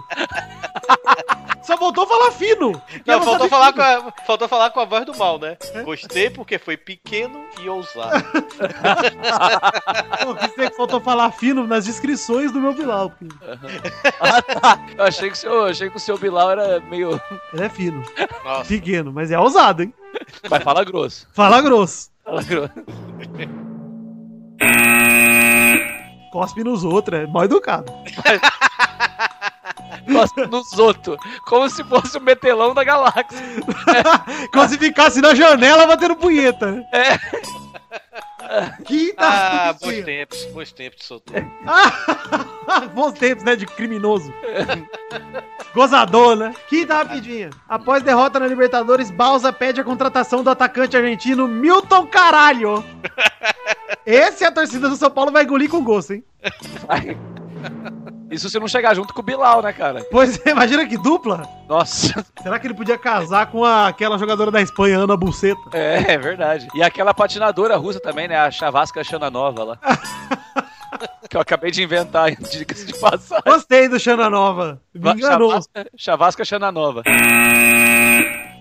Só voltou falar fino. E eu Não, vou faltou saber falar, com fino. a, faltou falar com a voz do mal, né? Gostei porque foi pequeno e ousado. Pô, quis dizer que faltou falar fino nas descrições do meu Bilal. porque Ah, tá. Eu achei que, o seu, achei que o seu Bilal era meio. Ele é fino, Nossa. pequeno, mas é ousado, hein? Mas fala grosso. Fala grosso. Fala grosso. Cospe nos outros, é mal educado. Gosta dos outros. Como se fosse o metelão da galáxia. Como se ficasse na janela batendo punheta, né? Quinta Ah, bons feira tempos, bons tempos de solteiro. Ah, bons tempos, né? De criminoso. Gozador, né? Quinta rapidinha. Após derrota na Libertadores, Balsa pede a contratação do atacante argentino Milton Caralho. Esse é a torcida do São Paulo vai engolir com gosto, hein? Vai. Isso se não chegar junto com o Bilal, né, cara? Pois é, imagina que dupla. Nossa, Será que ele podia casar com a- aquela jogadora da Espanha, Ana Buceta? é, é verdade. E aquela patinadora russa também, né? A Chavasca Xananova lá. que eu acabei de inventar, dicas de passar. Gostei do Xana Nova. Me enganou. Chavasca, Chavasca Xananova.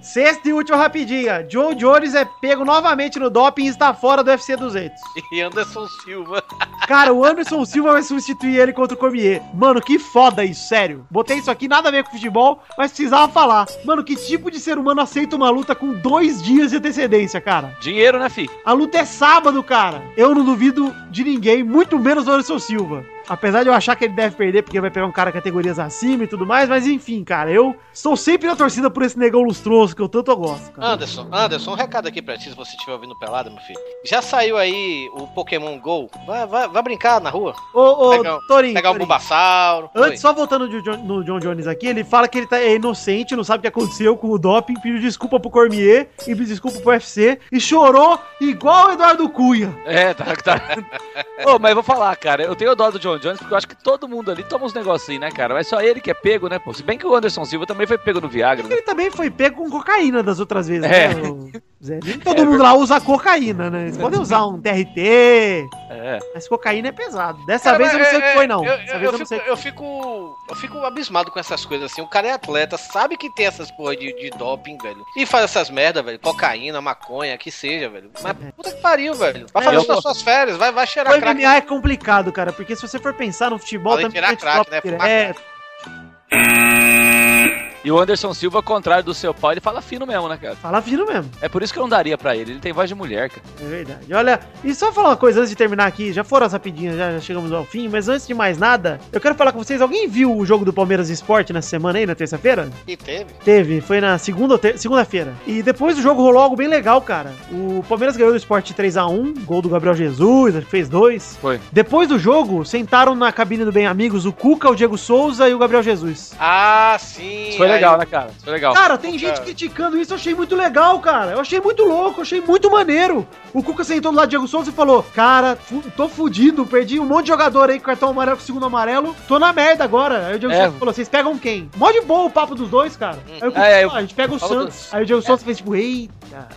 Sexta e última rapidinha. Joe Jones é pego novamente no doping e está fora do UFC 200. E Anderson Silva. Cara, o Anderson Silva vai substituir ele contra o Cormier. Mano, que foda isso, sério. Botei isso aqui, nada a ver com futebol, mas precisava falar. Mano, que tipo de ser humano aceita uma luta com dois dias de antecedência, cara? Dinheiro, né, fi? A luta é sábado, cara. Eu não duvido de ninguém, muito menos do Anderson Silva. Apesar de eu achar que ele deve perder porque vai pegar um cara categorias acima e tudo mais, mas enfim, cara, eu estou sempre na torcida por esse negão lustroso que eu tanto gosto, cara. Anderson, Anderson, um recado aqui pra ti, se você estiver ouvindo pelada, meu filho. Já saiu aí o Pokémon GO? Vai, vai, vai brincar na rua? Ô, ô, Legal. Torinho. Pegar o Torinho. Bulbasauro. um Oi. Antes, só voltando no John, no John Jones aqui, ele fala que ele tá, é inocente, não sabe o que aconteceu com o doping, pediu desculpa pro Cormier e pediu desculpa pro UFC e chorou igual o Eduardo Cunha. É, tá, tá. Ô, mas eu vou falar, cara, eu tenho dó do John Jones, porque eu acho que todo mundo ali toma uns negocinhos, né, cara? Mas só ele que é pego, né, pô? Se bem que o Anderson Silva também foi pego no Viagra, né? Ele também foi pego com cocaína das outras vezes, É. né? o Zé? Nem todo mundo lá usa cocaína, né? Eles podem usar um TRT, É. mas cocaína é pesado. Dessa Cara, vez eu não sei o é- que foi, não. Eu, Dessa eu- vez eu, eu não fico, sei. eu, fico, eu fico abismado com essas coisas assim. O cara é atleta, sabe que tem essas porra de, de doping, velho. E faz essas merda, velho. Cocaína, maconha, que seja, velho. Mas puta que pariu, velho. Vai É, fazer eu- isso nas suas férias, vai, vai O cheirar crack. MMA é complicado, cara, porque se você for pensar no futebol, Além de virar tem craque, né? antidoping é, Fumar direto. E o Anderson Silva, ao contrário do seu pai, ele fala fino mesmo, né, cara? Fala fino mesmo. É por isso que eu não daria pra ele. Ele tem voz de mulher, cara. É verdade. Olha, e só falar uma coisa antes de terminar aqui, já foram as rapidinhas, já, já chegamos ao fim, mas antes de mais nada, eu quero falar com vocês. Alguém viu o jogo do Palmeiras Esporte nessa semana aí, na terça-feira? E teve. Teve, foi na segunda ou ter- segunda-feira. E depois do jogo rolou algo bem legal, cara. O Palmeiras ganhou do Esporte 3x1, gol do Gabriel Jesus, acho que fez dois. Foi. Depois do jogo, sentaram na cabine do Bem Amigos o Cuca, o Diego Souza e o Gabriel Jesus. Ah, sim. Isso foi aí- legal, né, cara? Isso foi legal. Cara, tem gente criticando isso, eu achei muito legal, cara. Eu achei muito louco, eu achei muito maneiro. O Cuca sentou do lado do Diego Souza e falou: Cara, fu- tô fudido, perdi um monte de jogador aí com cartão amarelo, com segundo amarelo, tô na merda agora. Aí o Diego É. Souza falou: Vocês pegam quem? Mó de boa o papo dos dois, cara. Aí o Cuca, É, eu- "Ah, a gente pega o falo Santos. Aí o Diego Souza fez tipo: Eita.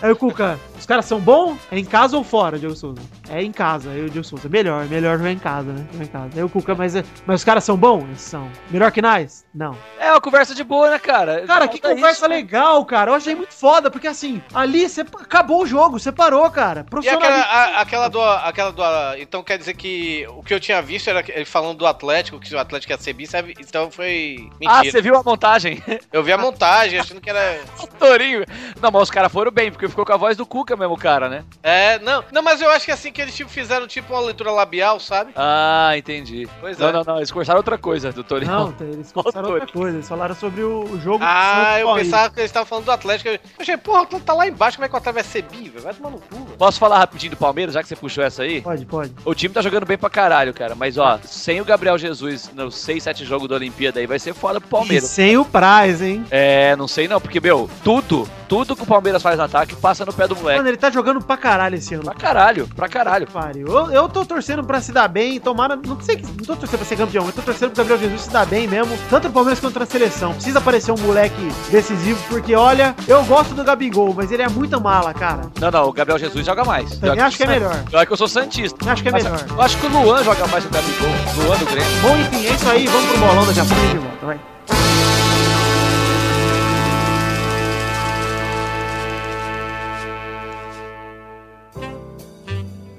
aí o Cuca, os caras são bons? É em casa ou fora, Diego Souza? É em casa, aí o Diego Souza. Melhor, melhor jogar em casa, né? Jogar em casa. Aí o Cuca, mas, é- mas os caras são bons? Eles são. Melhor que nós? Não. É uma conversa de boa, né, cara? Cara, que Falta conversa isso, né? legal, cara. Eu achei muito foda, porque assim, ali você acabou o jogo, você parou, E cara. aquela, Profissionalismo. a- aquela do. Aquela do. Então quer dizer que o que eu tinha visto era ele falando do Atlético, que o Atlético ia ser bis, então foi. Ah, Mentira. você viu a montagem? Eu vi a montagem, achando que era. o Torinho. Não, mas os caras foram bem, porque ficou com a voz do Cuca mesmo, cara, né? É, não. Não, mas eu acho que assim que eles tipo, fizeram tipo uma leitura labial, sabe? Ah, entendi. Pois não, é. não, não. Eles cortaram outra coisa do Torinho. Não, tá, eles Olha o começaram outra Torinho. coisa, eles falaram sobre o o jogo. Ah, do eu São Paulo. pensava que eles estavam falando do Atlético. Eu achei, porra, o Atlético tá lá embaixo, como é que o Atlético vai ser bi? velho? Vai tomar no cu, velho. Posso falar rapidinho do Palmeiras, já que você puxou essa aí? Pode, pode. O time tá jogando bem pra caralho, cara. Mas, ó, sem o Gabriel Jesus nos 6, 7 jogos da Olimpíada aí, vai ser foda pro E Palmeiras. sem o Praz, hein? É, não sei não, porque, meu, tudo, tudo que o Palmeiras faz no ataque passa no pé do moleque. Mano, ele tá jogando pra caralho esse ano. Pra caralho, pra caralho. Pariu. Eu, eu tô torcendo pra se dar bem, tomara. Não sei que. Não tô torcendo pra ser campeão, eu tô torcendo pro Gabriel Jesus se dar bem mesmo. Tanto no Palmeiras quanto na seleção. Precisa aparecer um moleque decisivo, porque olha, eu gosto do Gabigol, mas ele é muita mala, cara. Não, não, o Gabriel Jesus joga mais. Também Eu acho que é melhor. Eu acho que eu sou Santista. Acho que é Mas melhor. Eu acho que o Luan joga mais que o Gabigol. Luan do Grêmio. Bom, enfim, é isso aí. Vamos pro bolão da Japão e de volta, vai.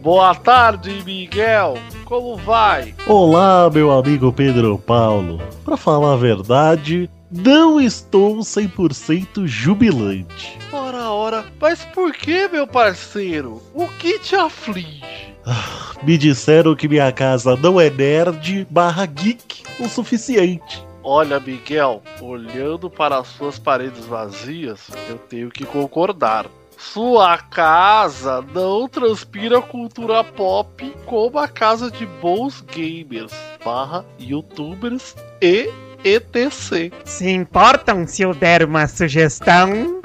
Boa tarde, Miguel. Como vai? Olá, meu amigo Pedro Paulo. Pra falar a verdade, não estou 100% jubilante. Ora, ora. Mas por que, meu parceiro? O que te aflige? Ah, Me disseram que minha casa não é nerd barra geek o suficiente. Olha, Miguel, olhando para as suas paredes vazias, eu tenho que concordar. Sua casa não transpira cultura pop como a casa de bons gamers, barra youtubers e etc. Se importam se eu der uma sugestão?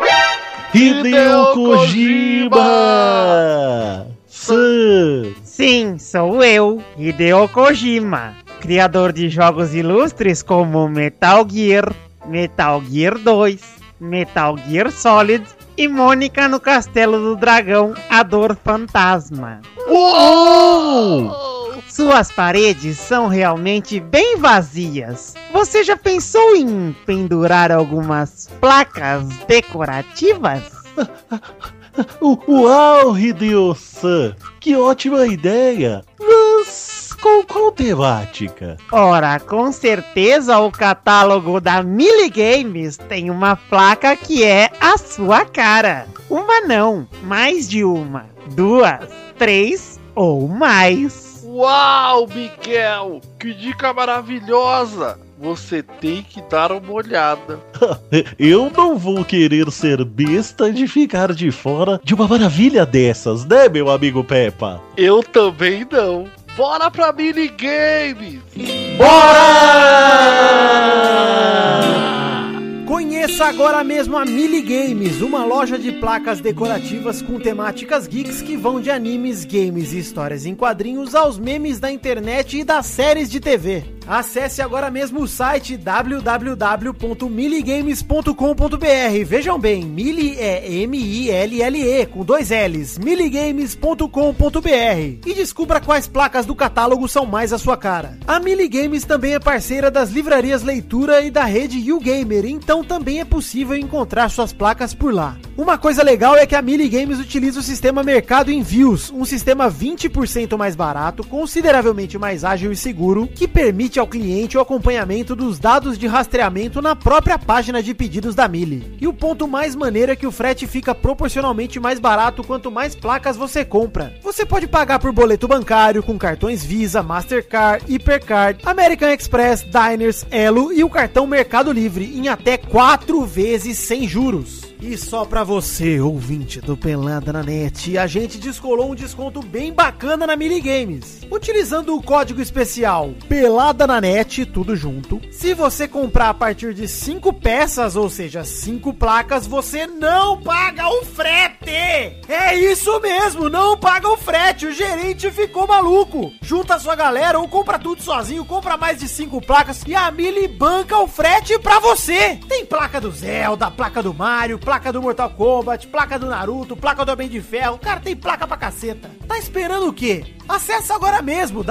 Hideo Hideo Kojima! Sam! Sim, sou eu, Hideo Kojima, criador de jogos ilustres como Metal Gear, Metal Gear 2, Metal Gear Solid e Mônica no Castelo do Dragão, A Dor Fantasma. Suas paredes são realmente bem vazias. Você já pensou em pendurar algumas placas decorativas? U- Uau, Hideo-san! Que ótima ideia! Mas com qual temática? Ora, com certeza o catálogo da Mili Games tem uma placa que é a sua cara. Uma não, mais de uma, duas, três ou mais. Uau, Miguel! Que dica maravilhosa! Você tem que dar uma olhada. Eu não vou querer ser besta de ficar de fora de uma maravilha dessas, né, meu amigo Peppa? Eu também não. Bora pra minigames! Conheça agora mesmo a Mili Games, uma loja de placas decorativas com temáticas geeks que vão de animes, games e histórias em quadrinhos aos memes da internet e das séries de TV. Acesse agora mesmo o site www.miligames.com.br. Vejam bem, Mili é M-I-L-L-E com dois L's, miligames.com.br e descubra quais placas do catálogo são mais a sua cara. A Mili Games também é parceira das livrarias Leitura e da rede YouGamer, então também é possível encontrar suas placas por lá. Uma coisa legal é que a Mili Games utiliza o sistema Mercado Envios, um sistema 20% mais barato, consideravelmente mais ágil e seguro, que permite ao cliente o acompanhamento dos dados de rastreamento na própria página de pedidos da Mili. E o ponto mais maneiro é que o frete fica proporcionalmente mais barato quanto mais placas você compra. Você pode pagar por boleto bancário com cartões Visa, Mastercard, Hipercard, American Express, Diners, Elo e o cartão Mercado Livre em até quatro vezes sem juros. E só pra você, ouvinte do Pelada na Net, a gente descolou um desconto bem bacana na Mili Games. Utilizando o código especial Pelada na Net, tudo junto. Se você comprar a partir de 5 peças, ou seja, 5 placas, você não paga o frete! É isso mesmo, não paga o frete, o gerente ficou maluco. Junta sua galera ou compra tudo sozinho, compra mais de 5 placas e a Mili banca o frete pra você. Tem placa do Zelda, placa do Mario, placa do Mortal Kombat, placa do Naruto, placa do Homem de Ferro. Cara, tem placa pra caceta. Tá esperando o quê? Acesse agora mesmo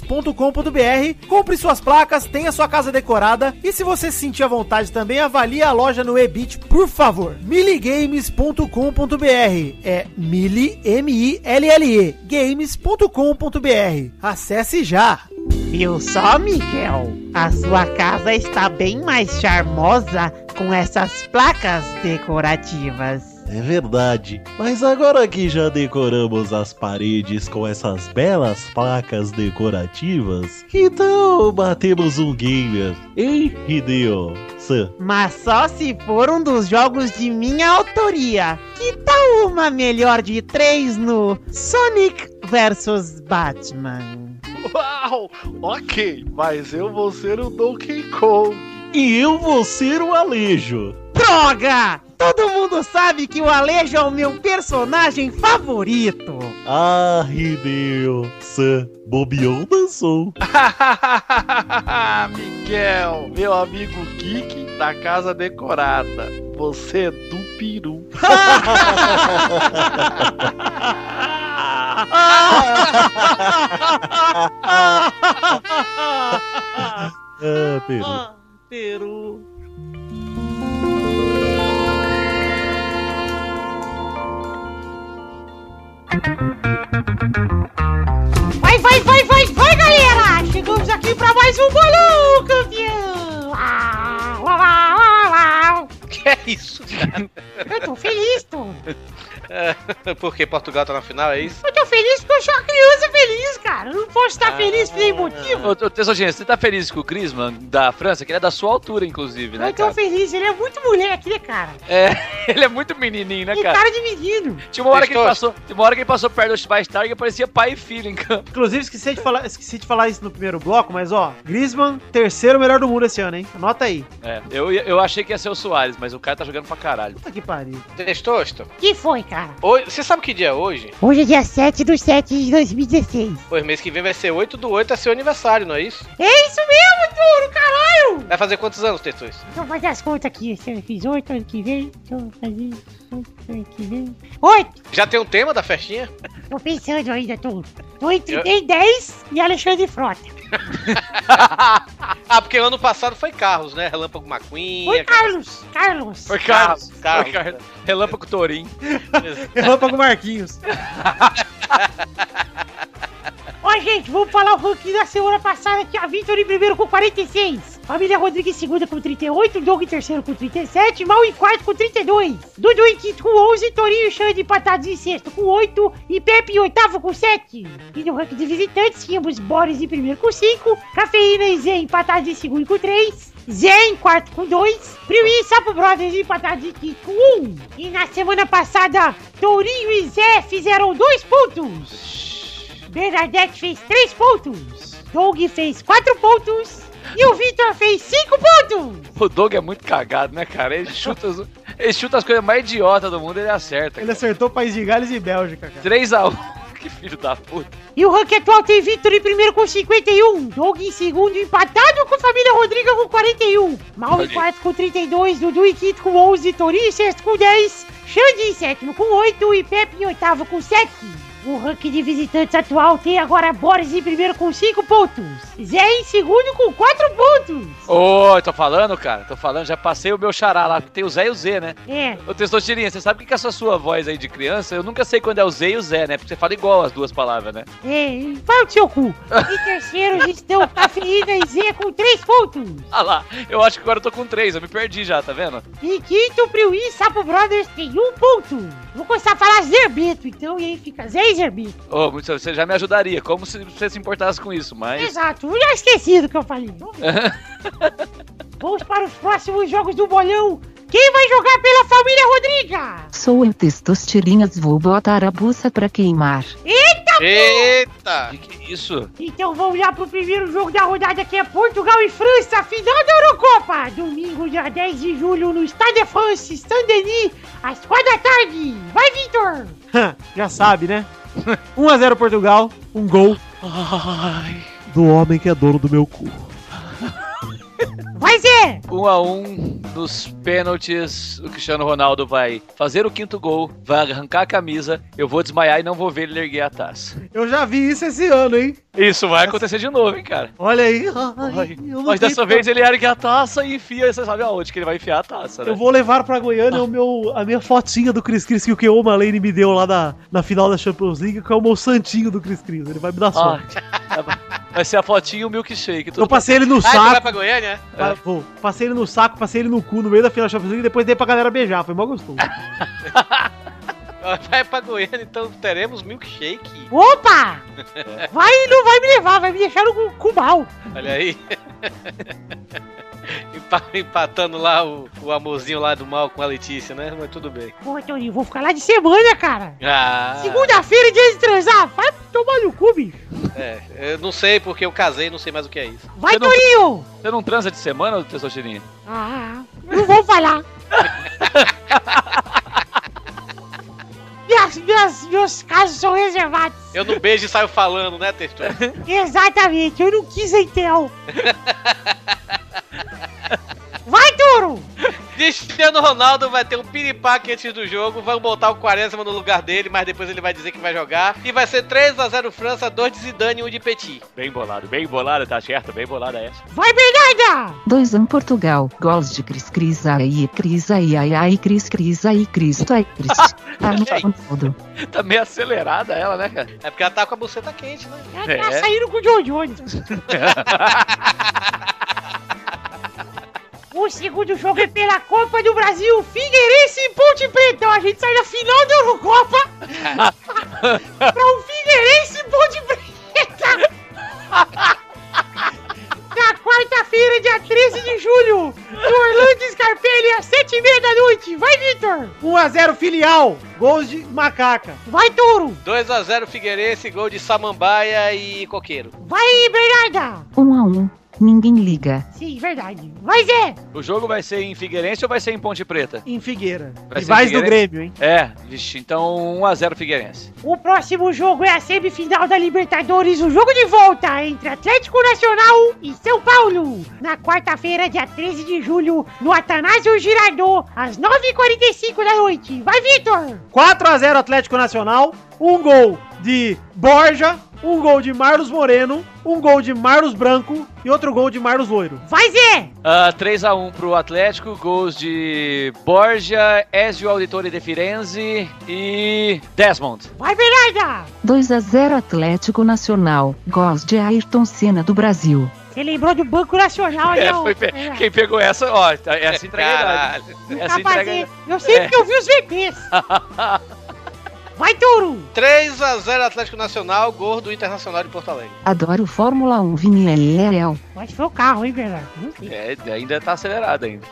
www.miligames.com.br, compre suas placas, tenha sua casa decorada e se você se sentir à vontade também, avalie a loja no Ebit, por favor. miligames.com.br é mili, M-I-L-L-E, games.com.br. Acesse já! Viu só, Miguel? A sua casa está bem mais charmosa com essas placas decorativas. É verdade. Mas agora que já decoramos as paredes com essas belas placas decorativas, então batemos um gamer. Ei, Hideo? Sam, Mas só se for um dos jogos de minha autoria. Que tal uma melhor de três no Sonic vs Batman? Uau! Ok, mas eu vou ser o Donkey Kong. e eu vou ser o Alejo. Droga! Todo mundo sabe que o Alejo é o meu personagem favorito. Ah, Hideo. Sam, bobeou dançou. Miguel, meu amigo geek da casa decorada. Você é do peru. Ah, Pedro. Ah, Peru. Vai, vai, vai, vai, vai, galera! Chegamos aqui pra mais um bolão, campeão! Ah, lá, lá, lá, lá. Que é isso, Eu tô feliz, tô. cara? Porque Portugal tá na final, é isso? Eu tô feliz porque eu sou uma criança feliz, cara. Eu não posso estar feliz sem motivo. Ô, ô, Tesourinha, você tá feliz com o Griezmann da França? Que ele é da sua altura, inclusive, né, Eu tô cara? feliz, ele é muito moleque, né, cara? É, ele é muito menininho, né, E cara? cara de menino. Tinha uma hora que ele Testou- passou, tinha uma hora que ele passou perto do Schweinsteiger e parecia pai e filho em campo. Inclusive, esqueci de, falar, esqueci de falar isso no primeiro bloco, mas ó, Griezmann, terceiro melhor do mundo esse ano, hein? Anota aí. É, eu, eu achei que ia ser o Soares, mas o cara tá jogando pra caralho. Puta que pariu. Testosto. Que foi, cara? Hoje, você sabe que dia é hoje? Hoje é dia 7 do 7 de 2016. Pois mês que vem vai ser 8 do 8, é seu aniversário, não é isso? É isso mesmo, Turo, caralho! Vai fazer quantos anos, Testosto? Então fazer as contas aqui. Esse ano eu fiz 8, ano que vem. Então fazer 8, ano que vem. 8! Já tem um tema da festinha? Tô pensando ainda, tô. Tô entre Eu- Day 10 e Alexandre Frota. Ah, porque ano passado foi Carros, né? Relâmpago McQueen. Oi, aquela- Carlos! Carlos! Foi Carlos. Carlos. Foi Carlos. Relâmpago Torim. Relâmpago Marquinhos. Ó, gente, vamos falar o ranking da semana passada que a Vitor em primeiro com 46. Família Rodrigues em segunda com 38, Diogo em terceiro com 37, Mal em quarto com 32. Dudu em quinto com 11, Torinho e Xande empatados em sexto com 8 e Pepe em oitavo com 7. E no ranking de visitantes tínhamos Boris em primeiro com 5, Cafeína e Zé empatados em segundo com 3. Zé em quarto com 2, Priui e Sapo Brothers empatados em quinto com 1. Um. E na semana passada, Tourinho e Zé fizeram dois pontos. Bernadette fez 3 pontos, Doug fez 4 pontos e o Victor fez 5 pontos. O Doug é muito cagado, né, cara? Ele chuta, as- ele chuta as coisas mais idiotas do mundo e ele acerta. Ele acertou País de Gales e Bélgica, cara. 3x1. Que filho da puta. E o ranking atual tem Victor em primeiro com 51, Doug em segundo empatado com a família Rodrigo com 41, Mal em Olha. quarto com 32, Dudu em quinto com 11, Torinho em sexto com 10, Xande em sétimo com 8 e Pepe em oitavo com 7. O ranking de visitantes atual tem agora Boris em primeiro com 5 pontos, Zé em segundo com 4 pontos. Ô, eu tô falando, cara. Tô falando, já passei o meu xará lá. que Tem o Zé e o Z, né? É, Ô, Testostirinha, você sabe que com essa sua voz aí de criança, eu nunca sei quando é o Z e o Zé, né? Porque você fala igual as duas palavras, né? É, vai o seu cu. Em terceiro estão Cafeína e Z com três pontos. Ah lá, eu acho que agora eu tô com três, eu me perdi já, tá vendo? Em quinto, Priui e Sapo Brothers tem um ponto. Vou começar a falar Zerbeto, então, e aí fica Zé e Zerbeto. Ô, muito- você já me ajudaria, como se você se importasse com isso, É mas. Exato, eu já esqueci do que eu falei. Vamos ver. Vamos para os próximos jogos do bolão. Quem vai jogar pela família Rodriga? Sou em testosterinhas, vou botar a buça pra queimar. Eita! Ah, Que que é isso? Então vamos lá pro primeiro jogo da rodada que é Portugal e França, final da Eurocopa! Domingo, dia 10 de julho, no Stade de France, Saint-Denis, às 4 da tarde! Vai, Victor! Já sabe, né? 1x0 Portugal, um gol. Do homem que é dono do meu cu. Vai, Zé! Um a um nos pênaltis, o Cristiano Ronaldo vai fazer o quinto gol, vai arrancar a camisa, eu vou desmaiar e não vou ver ele erguer a taça. Eu já vi isso esse ano, hein? Isso vai acontecer de novo, hein, cara? Olha aí. Ai, Ai, eu Mas lutei dessa vez ele ergue a taça e enfia, você sabe aonde que ele vai enfiar a taça, né? Eu vou levar pra Goiânia o meu, a minha fotinha do Cris Cris que o Keoma Lane me deu lá na, na final da Champions League, que é o meu santinho do Cris Cris. Ele vai me dar sorte. Ai, Vai ser a fotinha e o milkshake. Eu Tudo passei ele no Ah, tu vai saco. pra Goiânia? pa- pô, Passei ele no saco, passei ele no cu no meio da final da Champions League e depois dei pra galera beijar. Foi mó gostoso. Vai pra Goiânia, então teremos milkshake. Opa! Vai, não vai me levar, vai me deixar no cu- cu mal. Olha aí. Empa- Empatando lá o, o amorzinho lá do mal com a Letícia, né? Mas tudo bem. Porra, Toninho, vou ficar lá de semana, cara. Ah, Segunda-feira, dia de transar. Vai tomar no cu, bicho. é, eu não sei porque eu casei, não sei mais o que é isso. Vai, Eu não- Toninho! Você não transa de semana, Testosterinha? Ah, não vou falar. Minhas, minhas- meus casos são reservados. Eu não beijo e saio falando, né, texto? Exatamente, eu não quis a Intel. Vai, Touro! Cristiano Ronaldo vai ter um piripaque antes do jogo, vão botar o Quaresma no lugar dele, mas depois ele vai dizer que vai jogar. E vai ser 3x0 França, 2 de Zidane e 1 de Petit. Bem bolado, bem bolado, tá certo, bem bolada essa. Vai, Bernarda! 2-1 Portugal. Gols de Cris Cris aí, Cris aí, ai ai, Cris Cris aí, Cristo aí, Cris. Tá no conteúdo. Tá meio acelerada ela, né, cara? É porque ela tá com a buceta quente, né? Ela É. tá saindo com o John Jones. o segundo jogo é pela Copa do Brasil, Figueirense e Ponte Preta. Então a gente sai da final da Eurocopa pra um Figueirense e Ponte Preta. Na quarta-feira, dia 13 de julho, no Orlando Scarpelli, às 7h30 da noite. Vai, Vitor! 1x0 filial. Gols de macaca. Vai, Touro! 2x0 Figueirense, gol de Samambaia e Coqueiro. Vai, Bernarda! 1 a 1. Ninguém liga. Sim, verdade. Vai, Zé! O jogo vai ser em Figueirense ou vai ser em Ponte Preta? Em Figueira. Vai ser Rivais do Figueirense? Grêmio, hein? É, vixe, então 1x0 Figueirense. O próximo jogo é a semifinal da Libertadores, o jogo de volta entre Atlético Nacional e São Paulo. Na quarta-feira, dia 13 de julho, no Atanásio Girardot, às 9h45 da noite. Vai, Vitor! 4x0 Atlético Nacional, um gol de Borja, um gol de Marlos Moreno, um gol de Marlos Branco e outro gol de Marlos Loiro. Vai, Zé! Ah, 3x1 pro Atlético, gols de Borja, Ezio Auditore de Firenze e Desmond. Vai, Bernarda! 2 a 0 Atlético Nacional. Gols de Ayrton Senna do Brasil. Você lembrou do Banco Nacional, né? É, foi pe- Tá. Quem pegou essa, ó, essa entrega é idade. Caralho. Essa entrega é Rapazinho, eu sempre que eu vi os VPs. Vai, Touro! 3x0 Atlético Nacional, gol do Internacional de Porto Alegre. Adoro Fórmula 1 Vinhel. Mas foi o carro, hein, Bernardo? Não sei. É, ainda tá acelerada ainda.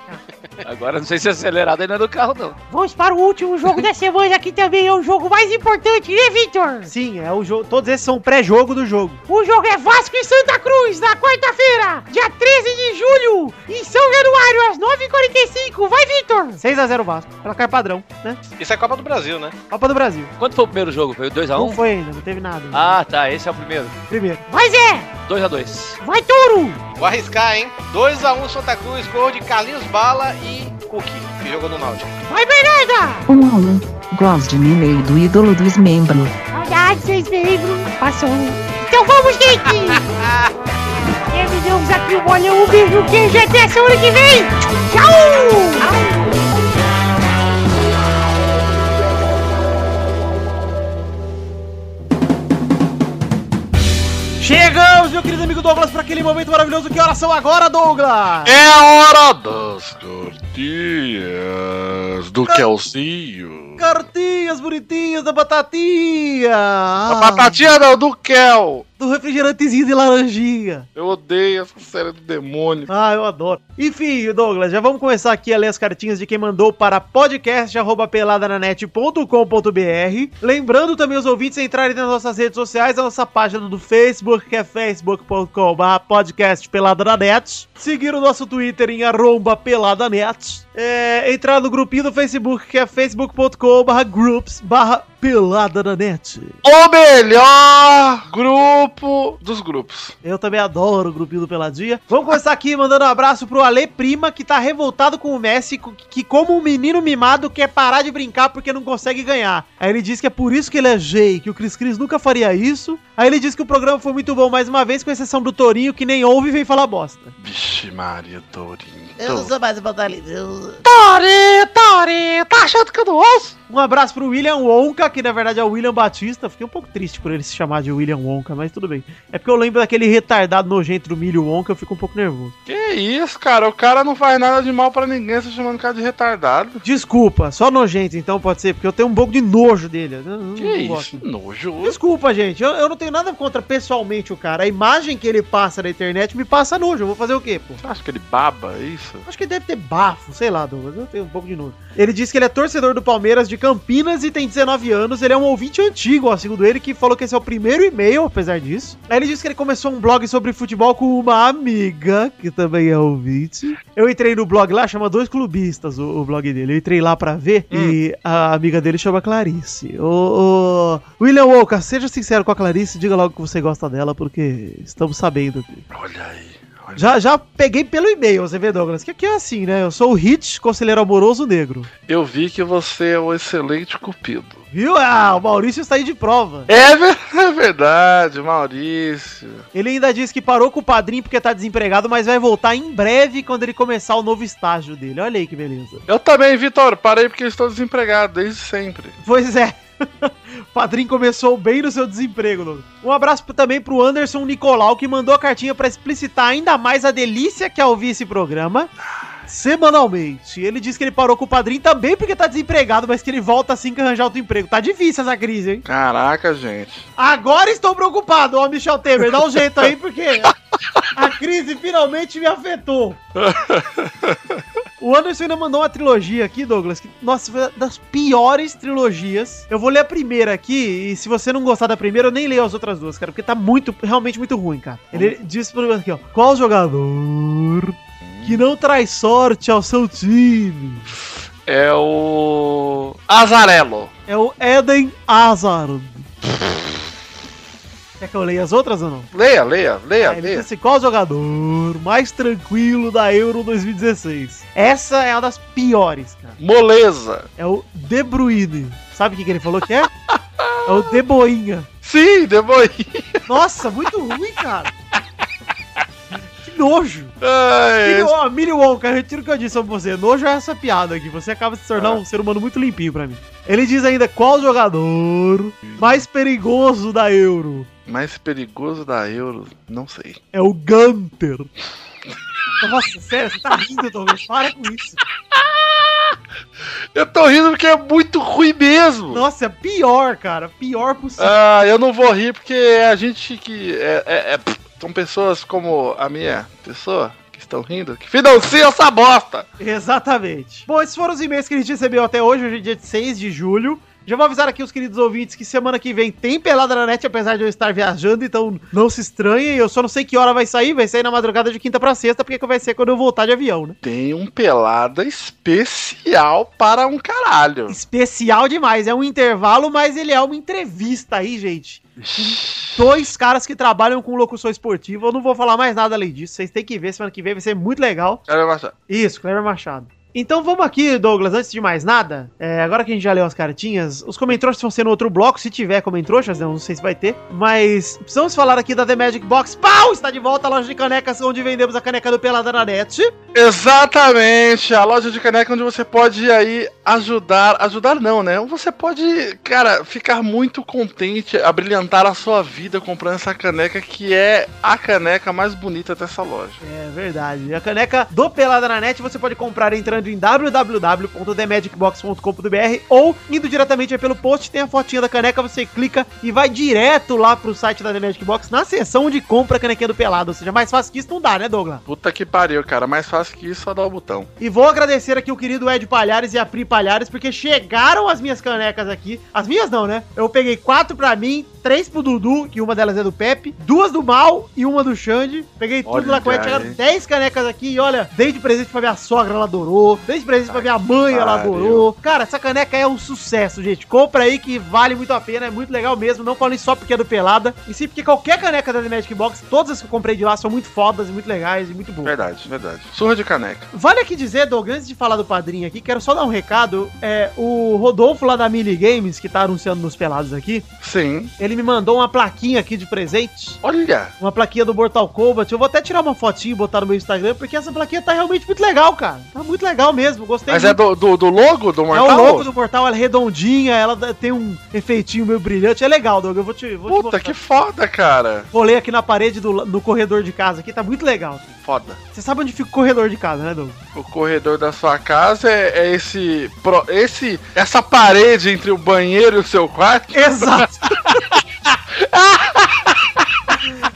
Agora não sei se acelerada ainda é do carro, não. Vamos para o último jogo da semana, que também é o jogo mais importante, né, Vitor? Sim, é o jogo. Todos esses são o pré-jogo do jogo. O jogo é Vasco e Santa Cruz, na quarta-feira, dia 13 de julho, em São Januário, às 9h45. Vai, Vitor! 6x0 Vasco, placar padrão, né? Isso é Copa do Brasil, né? Copa do Brasil. Quanto foi o primeiro jogo? Foi Não 2x1? foi ainda, não teve nada. ainda. Então- Ah, tá, esse é o primeiro. Primeiro. Vai, Zé! 2x2. Vai, Touro! Vou arriscar, hein? 2x1 Santa Cruz, gol de Carlinhos Bala e Coquinho, que jogou no Náutico. Vai, Bernarda! 1 a 1. Gols de Mineiro do ídolo dos membros. Saudade, 6 de dezembro, passou. Então vamos, gente! Terminamos aqui o bolão, um beijo, um queijo, e até semana que vem! Tchau! Chegamos, meu querido amigo Douglas, para aquele momento maravilhoso. Que horas são agora, Douglas? É a hora das cartinhas do Kelzinho. Cartinhas bonitinhas da batatinha! Ah. A batatinha não, do Kel. Do refrigerantezinho de laranjinha. Eu odeio essa série do demônio. Ah, eu adoro. Enfim, Douglas, já vamos começar aqui a ler as cartinhas de quem mandou para podcast.peladananet.com.br. Lembrando também os ouvintes a entrarem nas nossas redes sociais, a nossa página do Facebook, que é facebook.com.br podcastpeladananet. Seguir o nosso Twitter em arromba peladanet. É, entrar no grupinho do Facebook, que é facebook.com.br groups barra peladananet. O melhor grupo dos grupos. Eu também adoro o grupinho do Peladinha. Vamos começar aqui mandando um abraço pro Ale Prima, que tá revoltado com o Messi, co- que como um menino mimado quer parar de brincar porque não consegue ganhar. Aí ele diz que é por isso que ele é gay, que o Cris Cris nunca faria isso. Aí ele diz que o programa foi muito bom mais uma vez, com exceção do Torinho, que nem ouve e vem falar bosta. Vixe Maria Dorinha. Eu não sou mais imortalista. Eu... Tori, Tori, tá achando que eu não ouço? Um abraço pro William Wonka, que na verdade é o William Batista. Fiquei um pouco triste por ele se chamar de William Wonka, mas tudo bem. É porque eu lembro daquele retardado nojento do milho Wonka, eu fico um pouco nervoso. Que isso, cara? O cara não faz nada de mal pra ninguém, você tá chamando o cara de retardado. Desculpa, só nojento então pode ser, porque eu tenho um pouco de nojo dele. Eu não- Que não gosto. isso? Nojo. Desculpa, gente, eu, eu não tenho nada contra pessoalmente o cara. A imagem que ele passa na internet me passa nojo. Eu vou fazer o quê, pô? Você acha que ele baba? É isso? Acho que deve ter bafo, sei lá, Douglas. Eu tenho um pouco de nojo. Ele disse que ele é torcedor do Palmeiras de Campinas e tem 19 anos. Ele é um ouvinte antigo, ó, segundo ele, que falou que esse é o primeiro e-mail, apesar disso. Aí ele disse que ele começou um blog sobre futebol com uma amiga, que também é ouvinte. Eu entrei no blog lá, chama Dois Clubistas, o, o blog dele. Eu entrei lá pra ver e a amiga dele chama Clarice. Ô, ô, William Walker, seja sincero com a Clarice, diga logo que você gosta dela, porque estamos sabendo que Olha aí. olha. já, já peguei pelo e-mail, você vê, Douglas, que aqui é assim, né? Eu sou o Hit, conselheiro amoroso negro. Eu vi que você é um excelente cupido. Viu? Ah, o Maurício está aí de prova. É, ver- é verdade, Maurício. Ele ainda disse que parou com o padrinho porque tá desempregado, mas vai voltar em breve quando ele começar o novo estágio dele. Olha aí que beleza. Eu também, Vitor, parei porque eu estou desempregado desde sempre. Pois é. O padrinho começou bem no seu desemprego, Douglas. Um abraço pro- também pro Anderson Nicolau, que mandou a cartinha pra explicitar ainda mais a delícia que é ouvir esse programa semanalmente. Ele disse que ele parou com o padrinho também porque tá desempregado, mas que ele volta assim que arranjar outro emprego. Tá difícil essa crise, hein? Caraca, gente. Agora estou preocupado, ó, Michel Temer. Dá um jeito aí, porque a crise finalmente me afetou. O Anderson ainda mandou uma trilogia aqui, Douglas. Que, nossa, foi uma das piores trilogias. Eu vou ler a primeira aqui, e se você não gostar da primeira, eu nem leio as outras duas, cara, porque tá muito, realmente muito ruim, cara. Ele diz pro aqui, ó. Qual jogador que não traz sorte ao seu time? É o. Azarelo. É o Eden Hazard. Quer que eu leia as outras ou não? Leia, leia, leia, É, Ele leia. disse qual jogador mais tranquilo da Euro 2016. Essa é uma das piores, cara. Moleza. É o De Bruyne. Sabe o que, que ele falou que é? É o De Boinha. Sim, demorei. Nossa, muito ruim, cara. Que nojo. Ai, É Milho, ó, Milho Wonka, eu retiro o que eu disse sobre você. Nojo é essa piada aqui. Você acaba de se tornar um ser humano muito limpinho pra mim. Ele diz ainda qual jogador mais perigoso da Euro. mais perigoso da Euro, não sei. É o Gunter. Nossa, sério, você tá rindo, Douglas? Para com isso. Eu tô rindo porque é muito ruim mesmo. Nossa, é pior, cara. Pior possível. Ah, eu não vou rir porque é a gente que. É, é- é- são pessoas como a minha pessoa que estão rindo que financiam essa bosta. Exatamente. Bom, esses foram os e-mails que a gente recebeu até hoje, hoje é dia 6 de julho. Já vou avisar aqui os queridos ouvintes que semana que vem tem Pelada na Net, apesar de eu estar viajando, então não se estranhem. Eu só não sei que hora vai sair, vai sair na madrugada de quinta pra sexta, porque que vai ser quando eu voltar de avião, né? Tem um pelada especial para um caralho. Especial demais, é um intervalo, mas ele é uma entrevista aí, gente. Dois caras que trabalham com locução esportiva, eu não vou falar mais nada além disso, vocês têm que ver, semana que vem vai ser muito legal. Cara, eu acho- Isso, Cleber Machado. Então vamos aqui, Douglas, antes de mais nada, é, agora que a gente já leu as cartinhas, os comentroxas vão ser no outro bloco, se tiver comentroxas, né, eu não sei se vai ter, mas precisamos falar aqui da The Magic Box. Pau! Está de volta a loja de canecas onde vendemos a caneca do Pelada na Net. Exatamente, a loja de caneca onde você pode ir aí ajudar, ajudar não, né? Você pode, cara, ficar muito contente, abrilhantar a sua vida comprando essa caneca que é a caneca mais bonita dessa loja. É verdade. A caneca do Pelada na Net você pode comprar entrando em www.themagicbox.com.br ou indo diretamente aí pelo post, tem a fotinha da caneca, você clica e vai direto lá pro site da The Magic Box na seção de compra a canequinha do Pelado. Ou seja, mais fácil que isso não dá, né, Douglas? Puta que pariu, cara, mais fácil que isso só dar o botão. E vou agradecer aqui o querido Ed Palhares e a Pri Palhares, porque chegaram as minhas canecas aqui. As minhas não, né? Eu peguei quatro pra mim, três pro Dudu, que uma delas é do Pepe, duas do Mal e uma do Xande. Peguei tudo Olha lá com o Ed, aí. chegaram dez canecas aqui e olha, dei de presente pra minha sogra, ela adorou. adorou. Fez presente pra minha mãe, ela adorou. Cara, essa caneca é um sucesso, gente. Compra aí que vale muito a pena, é muito legal mesmo. Não falei só porque é do Pelada, e sim porque qualquer caneca da The Magic Box, todas as que eu comprei de lá são muito fodas, muito legais e muito boas. Verdade, verdade. Surra de caneca. Vale aqui dizer, Doug, antes de falar do padrinho aqui, quero só dar um recado. É, o Rodolfo lá da Mili Games, que tá anunciando nos pelados aqui, Sim. ele me mandou uma plaquinha aqui de presente. Olha, Uma plaquinha do Mortal Kombat. Eu vou até tirar uma fotinho e botar no meu Instagram, porque essa plaquinha tá realmente muito legal, cara. Tá muito legal mesmo. Gostei mas é muito. do, do, do logo do É Mortal? o logo do Mortal, ela é redondinha, ela dá- tem um efeitinho meio brilhante. É legal, Doug. Eu vou te. Vou te Puta, mostrar. que foda, cara. Colei aqui na parede do la- no corredor de casa aqui, tá muito legal. Foda. Você sabe onde fica o corredor de casa, né, Doug? O corredor da sua casa é, é esse, pro- esse. Essa parede entre o banheiro e o seu quarto? Exato.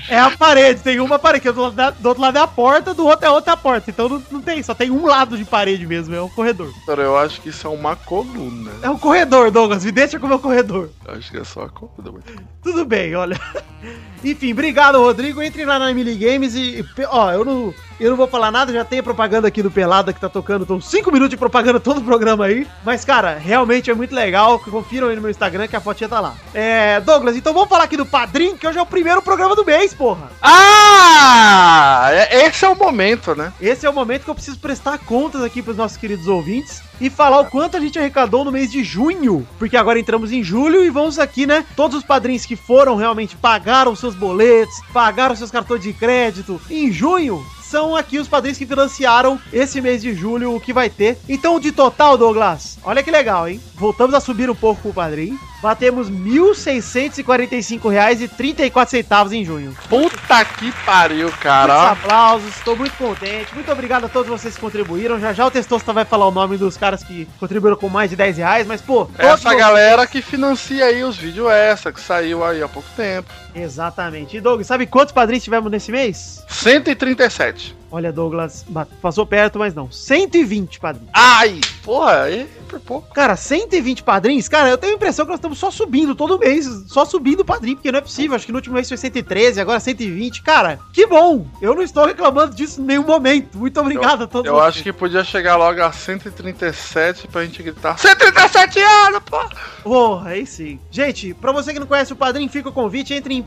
É a parede, tem uma parede, que é do, lado da- do outro lado é a porta, do outro é outra porta. Então não, não tem, só tem um lado de parede mesmo, é um corredor. Cara, eu acho que isso é uma coluna. É um corredor, Douglas, me deixa com o meu corredor. Eu acho que é só uma coluna. mas- Tudo bem, olha. Enfim, obrigado, Rodrigo. Entre lá na Emily Games e. e- Ó, eu não, eu não vou falar nada, já tem a propaganda aqui do Pelada que tá tocando. Estão 5 minutos de propaganda todo o programa aí. Mas, cara, realmente é muito legal. Confiram aí no meu Instagram que a fotinha tá lá. É, Douglas, então vamos falar aqui do Padrim, que hoje é o primeiro programa do mês, porra. Ah! é- Esse é o momento, né? Esse é o momento que eu preciso prestar contas aqui pros nossos queridos ouvintes e falar o quanto a gente arrecadou no mês de junho, porque agora entramos em julho e vamos aqui, né? Todos os padrinhos que foram realmente pagaram seus boletos, pagaram seus cartões de crédito em junho. São aqui os padrinhos que financiaram esse mês de julho o que vai ter. Então, de total, Douglas, olha que legal, hein? Voltamos a subir um pouco com o padrinho. Batemos R$ 1.645,34 em junho. Puta que pariu, Muitos cara. aplausos, estou muito contente. Muito obrigado a todos vocês que contribuíram. Já já o Testosta vai falar o nome dos caras que contribuíram com mais de 10 reais, mas pô, todos Essa galera que financia aí os vídeos essa, que saiu aí há pouco tempo. Exatamente. E Doug, sabe quantos padrinhos tivemos nesse mês? 137. Olha, Douglas, ba- passou perto, mas não. 120 padrinhos. Ai, porra, aí por pouco. Cara, 120 padrinhos? Cara, eu tenho a impressão que nós estamos só subindo todo mês, só subindo o padrinho, porque não é possível. Acho que no último mês foi 113, agora 120. Cara, que bom! Eu não estou reclamando disso em nenhum momento. Muito obrigado a todos Eu acho que podia chegar logo a 137 pra gente gritar é 137 anos, pô! Porra, aí sim. Gente, pra você que não conhece o Padrim, fica o convite, entre em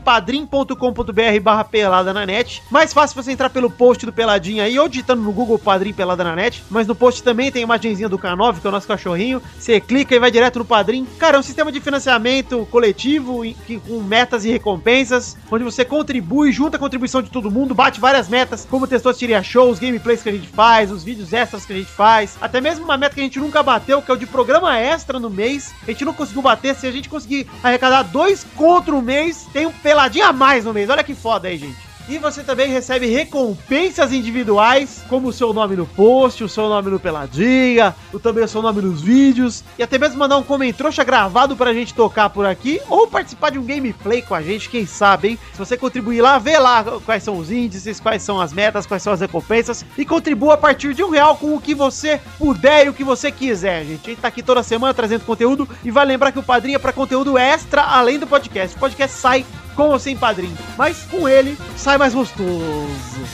padrim.com.br barra pelada na net. Mais fácil você entrar pelo post do Peladinha aí, ou digitando no Google Padrim Pelada na net. Mas no post também tem a imagenzinha do K9, que é o nosso cachorrinho. Você clica e vai direto no Padrim. Cara, é um sistema de financiamento coletivo, em- que- com metas e recompensas, onde você contribui, junta a contribuição de todo mundo, bate várias metas, como testou tiria show, os gameplays que a gente faz, os vídeos extras que a gente faz, até mesmo uma meta que a gente nunca bateu, que é o de programa extra no mês. A gente não conseguiu bater, se a gente conseguir arrecadar dois contra o mês, tem um peladinho a mais no mês. Olha que foda aí, gente. E você também recebe recompensas individuais, como o seu nome no post, o seu nome no Peladinha, o, também o seu nome nos vídeos, e até mesmo mandar um comentrouxa gravado pra gente tocar por aqui, ou participar de um gameplay com a gente, quem sabe, hein? Se você contribuir lá, vê lá quais são os índices, quais são as metas, quais são as recompensas, e contribua a partir de um real com o que você puder e o que você quiser, gente. A gente tá aqui toda semana trazendo conteúdo, e vai lembrar que o Padrinho é pra conteúdo extra, além do podcast. O podcast sai com ou sem padrinho. Mas com ele, sai mais gostoso.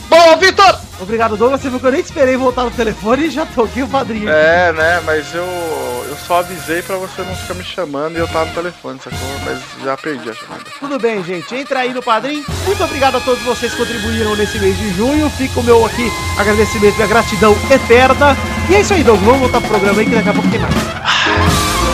Bom, Vitor! Obrigado, Douglas. Você viu que eu nem esperei voltar no telefone e já toquei o padrinho. É, né, mas eu, eu só avisei pra você não ficar me chamando e eu tava no telefone, sacou? Mas já perdi a chamada. Tudo bem, gente. Entra aí no padrinho. Muito obrigado a todos vocês que contribuíram nesse mês de junho. Fica o meu aqui agradecimento e a gratidão eterna. E é isso aí, Douglas. Vamos voltar pro programa aí que daqui a pouco tem mais.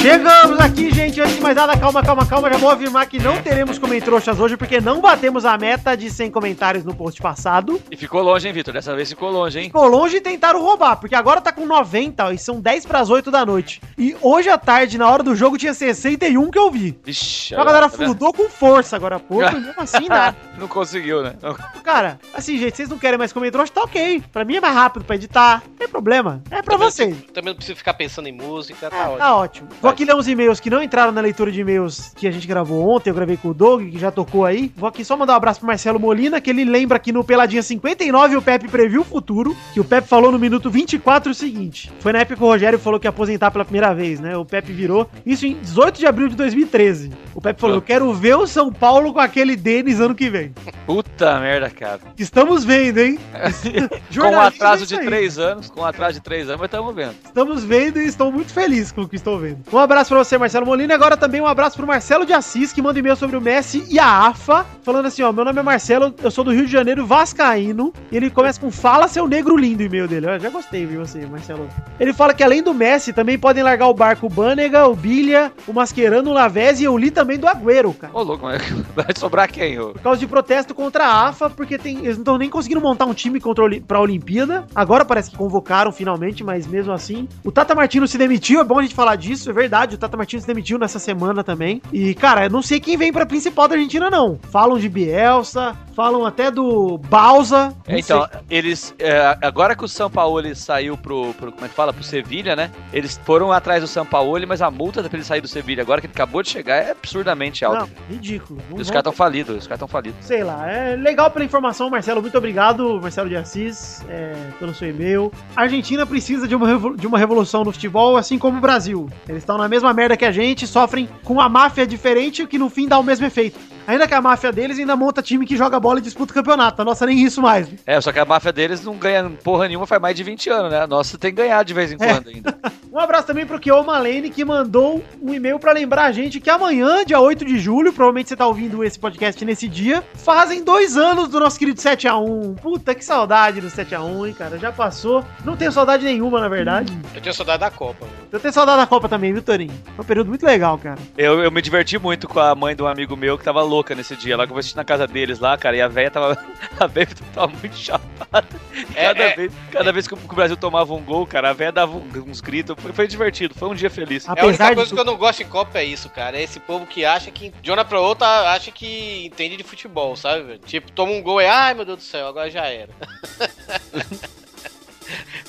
Chegamos aqui, gente. Antes de mais nada, calma, calma, calma. Já vou afirmar que não teremos comentroxas hoje, porque não batemos a meta de 100 comentários no post passado. E ficou longe, hein, Vitor? Dessa vez ficou longe, hein? Ficou longe e tentaram roubar, porque agora tá com 90 ó, e são 10 pras 8 da noite. E hoje à tarde, na hora do jogo, tinha 61 que eu vi. Vixe. Então a galera tá vendo? fludou com força agora há pouco, e mesmo assim nada. Não conseguiu, né? Não- Cara, assim, gente, vocês não querem mais comentar hoje? Tá ok. Pra mim é mais rápido pra editar, não tem problema. É pra vocês. Também não preciso ficar pensando em música, tá Tá, ótimo. tá ótimo. Vou aqui ler uns e-mails que não entraram na leitura de e-mails que a gente gravou ontem, eu gravei com o Doug, que já tocou aí. Vou aqui só mandar um abraço pro Marcelo Molina, que ele lembra que no Peladinha 59 o Pepe previu o futuro, que o Pepe falou no minuto 24 o seguinte. Foi na época que o Rogério falou que ia aposentar pela primeira vez, né? O Pepe virou. Isso em 18 de abril de 2013. O Pepe Ah. falou: eu quero ver o São Paulo com aquele Denis ano que vem. Puta merda, cara. Estamos vendo, hein? Com um Jornalismo é atraso isso de aí. três anos, com um atraso de três anos, mas estamos vendo. Estamos vendo e estou muito feliz com o que estou vendo. Um abraço pra você, Marcelo Molina. Agora também um abraço pro Marcelo de Assis, que manda e-mail sobre o Messi e a AFA, falando assim, ó, meu nome é Marcelo, eu sou do Rio de Janeiro, vascaíno. E ele começa com fala seu negro lindo o e-mail dele. Ó, já gostei, viu, você, Marcelo. Ele fala que além do Messi, também podem largar o barco o Banega, o Bilha, o Mascherano, o Lavezzi e eu li também do Agüero, cara. Ô, louco, mas vai sobrar quem? ô? Por causa de protesto contra a AFA, porque tem- eles não estão nem conseguindo montar um time contra a Oli- pra Olimpíada. Agora parece que convocaram finalmente, mas mesmo assim. O Tata Martino se demitiu, é bom a gente falar disso, é verdade. O Tata Martino se demitiu nessa semana também. E, cara, eu não sei quem vem pra principal da Argentina, não. Falam de Bielsa, falam até do Balsa. não Então, eles. é, agora que o São Paulo saiu pro, pro. Como é que fala? Pro Sevilha, né? Eles foram atrás do São Paulo, mas a multa pra ele sair do Sevilha agora que ele acabou de chegar é absurdamente sei. alta. Não, ridículo. Não E os vão- caras estão falidos, os caras estão falidos. Sei lá, é legal pela informação, Marcelo. Muito obrigado, Marcelo de Assis, é, pelo seu e-mail. A Argentina precisa de uma, revo- de uma revolução no futebol, assim como o Brasil. Eles estão na mesma merda que a gente, sofrem com uma máfia diferente que no fim dá o mesmo efeito. Ainda que a máfia deles ainda monta time que joga bola e disputa o campeonato. A nossa, nem isso mais. É, só que a máfia deles não ganha porra nenhuma faz mais de 20 anos, né? A Nossa, tem que ganhar de vez em quando ainda. Um abraço também pro Kioma Lane, que mandou um e-mail pra lembrar a gente que amanhã, dia 8 de julho, provavelmente você tá ouvindo esse podcast nesse dia, fazem dois anos do nosso querido 7x1. Puta, que saudade do 7x1, hein, cara? Já passou. Não tenho saudade nenhuma, na verdade. Eu tinha saudade da Copa. mano. Eu tenho saudade da Copa também, viu, Torinho? Foi um período muito legal, cara. Eu, eu me diverti muito com a mãe de um amigo meu que tava louca nesse dia lá, que eu vou assistir na casa deles lá, cara, e a velha tava. A velha tava muito chapada. É, Cada, é. Vez, cada vez que o que o Brasil tomava um gol, cara, a velha dava um- uns gritos. Foi, foi divertido, foi um dia feliz. É a única Apesar coisa de. que eu não gosto em Copa é isso, cara. É esse povo que acha que. De uma pra outra, acha que entende de futebol, sabe? velho? Tipo, toma um gol e. Ai, meu Deus do céu, agora já era.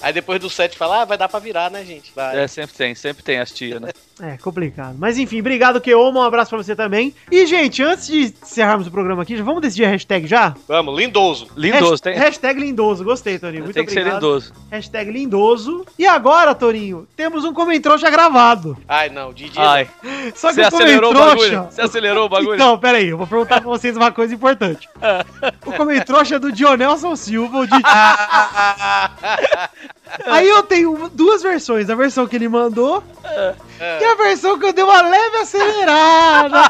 Aí depois do 7 fala, ah, vai dar pra virar, né, gente? Vai. É, sempre tem, sempre tem as tias, né? É, complicado. Mas enfim, obrigado, Kioma. Um abraço pra você também. E, gente, antes de encerrarmos o programa aqui, já vamos decidir a hashtag já? Vamos, lindoso. Lindoso, tem, Hashtag lindoso. Gostei, Torinho. Muito tem que ser obrigado. lindoso. Hashtag lindoso. E agora, Torinho, temos um Comentrouxa gravado. Ai, não, Didi. é Ai, Só que você o acelerou o bagulho? Comentrouxa... Você acelerou o bagulho? Não, Então, peraí, eu vou perguntar pra vocês uma coisa importante. O Comentrouxa é do Dionelson Silva, o Didi. Aí eu tenho uma- duas versões. A versão que ele mandou e a versão que eu dei uma leve acelerada.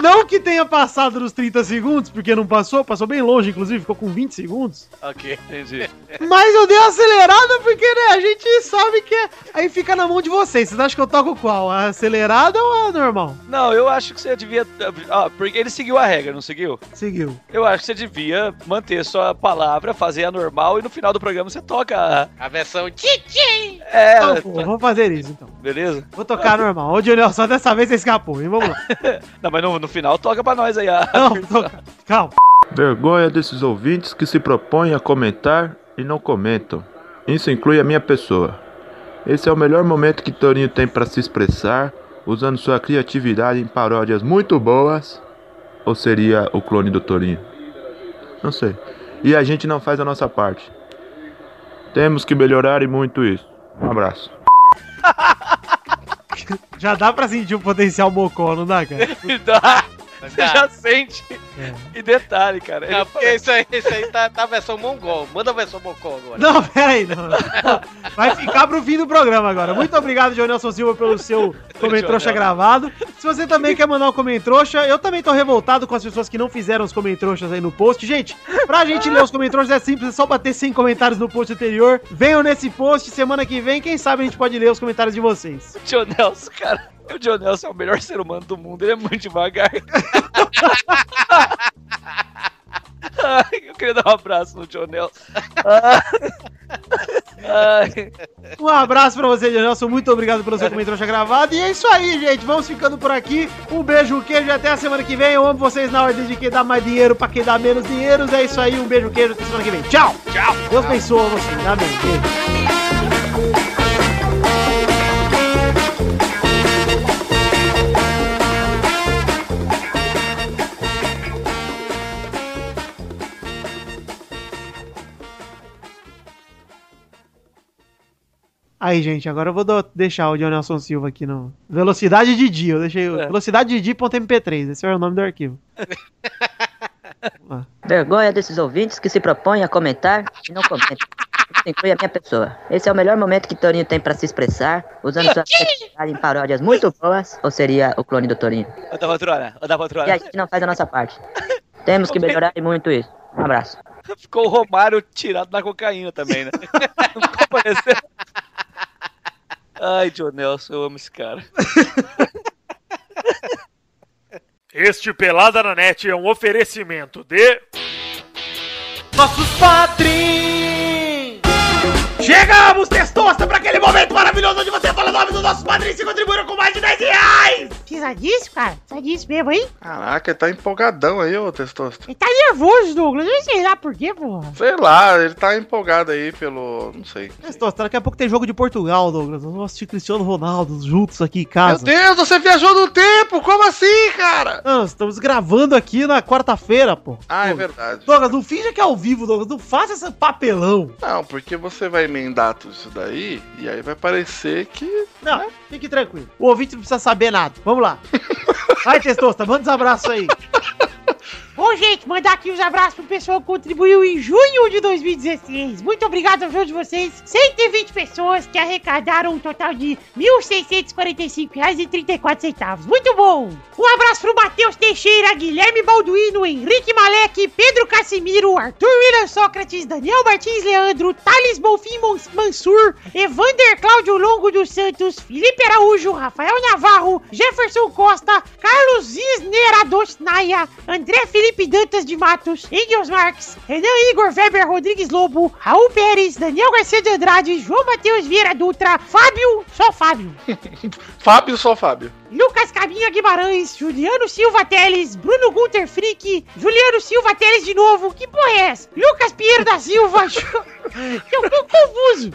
Não que tenha passado dos 30 segundos, porque não passou, passou bem longe, inclusive, ficou com 20 segundos. Ok. Entendi. Mas eu dei uma acelerada porque, né, a gente sabe que é... Aí fica na mão de vocês. Vocês acham que eu toco qual? A acelerada ou a normal? Não, eu acho que você devia. Ah, porque ele seguiu a regra, não seguiu? Seguiu. Eu acho que você devia manter sua palavra, fazer a normal e no final do programa você toca. a- A versão Didi. É, Então, pô, vamos fazer isso, então. beleza? Vou tocar a normal. Ô, Dionel, só dessa vez você escapou, hein? Vamos lá. Não, mas no, no final toca pra nós aí. a- Não, toca. Calma. Vergonha desses ouvintes que se propõem a comentar e não comentam. Isso inclui a minha pessoa. Esse é o melhor momento que Torinho tem para se expressar, usando sua criatividade em paródias muito boas. Ou seria o clone do Torinho? Não sei. E a gente não faz a nossa parte. Temos que melhorar e muito isso. Um abraço. Já dá pra sentir o potencial mocó, não dá, cara? Você já sente. E detalhe, cara. ele Ah, fala- Tá, isso aí, isso aí tá, tá a versão mongol. Manda a versão mongol agora. Não, peraí, não. Vai ficar pro fim do programa agora. Muito obrigado, Jonelson Silva, pelo seu Comentrouxa gravado. Se você também quer mandar um Comentrouxa, eu também tô revoltado com as pessoas que não fizeram os Comentrouxas aí no post. Gente, pra gente ler os Comentrouxas é simples, é só bater 100 comentários no post anterior. Venham nesse post, semana que vem, quem sabe a gente pode ler os comentários de vocês. O John Nelson, cara. O John Nelson é o melhor ser humano do mundo. Ele é muito devagar. Ai, eu queria dar um abraço no John Nelson. Ai. Um abraço pra você, Jonelson. Muito obrigado pelo seu comentário já gravado. E é isso aí, gente. Vamos ficando por aqui. Um beijo, um queijo e até a semana que vem. Eu amo vocês na ordem de quem dá mais dinheiro pra quem dá menos dinheiro. É isso aí. Um beijo, um queijo. Até semana que vem. Tchau. Tchau. Deus abençoe vocês. Amém. Beijo. Aí, gente, agora eu vou do- deixar o Dionelson Silva aqui no. Velocidade de dia. Eu deixei. o Velocidade de dia.mp3. Esse é o nome do arquivo. Vergonha desses ouvintes que se propõem a comentar e não comentam. Isso inclui a minha pessoa. Esse é o melhor momento que Torinho tem pra se expressar, usando sua criatividade em paródias muito boas, ou seria o clone do Torinho? Ô, da patrona, ô, E da a patrona. gente não faz a nossa parte. Temos que melhorar e muito isso. Um abraço. Ficou o Romário tirado na cocaína também, né? Ficou parecendo. Ai, John Nelson, eu amo esse cara. Este Pelada na Net é um oferecimento de. Nossos padrinhos! Chegamos, testosta, pra aquele momento maravilhoso onde você fala o nome dos nossos padrinhos se contribuíram com mais de 10 reais! Precisa disso, cara? Precisa disso mesmo, hein? Caraca, ele tá empolgadão aí, ô Testosta. Ele tá nervoso, Douglas. Eu nem sei lá por quê, porra. Sei lá, ele tá empolgado aí pelo. não sei. Testosta, daqui a pouco tem jogo de Portugal, Douglas. Nós vamos assistir Cristiano Ronaldo juntos aqui em casa. Meu Deus, você viajou no tempo! Como assim, cara? Ah, nós estamos gravando aqui na quarta-feira, pô. Ah, é verdade. Douglas, não finja que é ao vivo, Douglas. Não faça esse papelão. Não, porque você vai emendar tudo isso daí e aí vai parecer que. Não, fique tranquilo. O ouvinte não precisa saber nada. Vamos lá. Vai, Testosta, manda os abraços aí. Bom, gente, mandar aqui os abraços pro pessoal que contribuiu em junho de 2016. Muito obrigado a todos vocês. 120 pessoas que arrecadaram um total de R$ 1.645,34. Muito bom! Um abraço pro Matheus Teixeira, Guilherme Balduino, Henrique Malek, Pedro Casimiro, Arthur William Sócrates, Daniel Martins Leandro, Thales Bonfim Mon- Mansur, Evander Cláudio Longo dos Santos, Felipe Araújo, Rafael Navarro, Jefferson Costa, Carlos Isnera dos Naia, André Felipe Dantas de Matos, Engels Marques, Renan Igor Weber Rodrigues Lobo, Raul Pérez, Daniel Garcia de Andrade, João Matheus Vieira Dutra, Fábio, só Fábio. Fábio só Fábio. Lucas Caminha Guimarães, Juliano Silva Teles, Bruno Gunter Frick, Juliano Silva Teles de novo, que porra é essa? Lucas Pinheiro da Silva, Ju- eu tô confuso.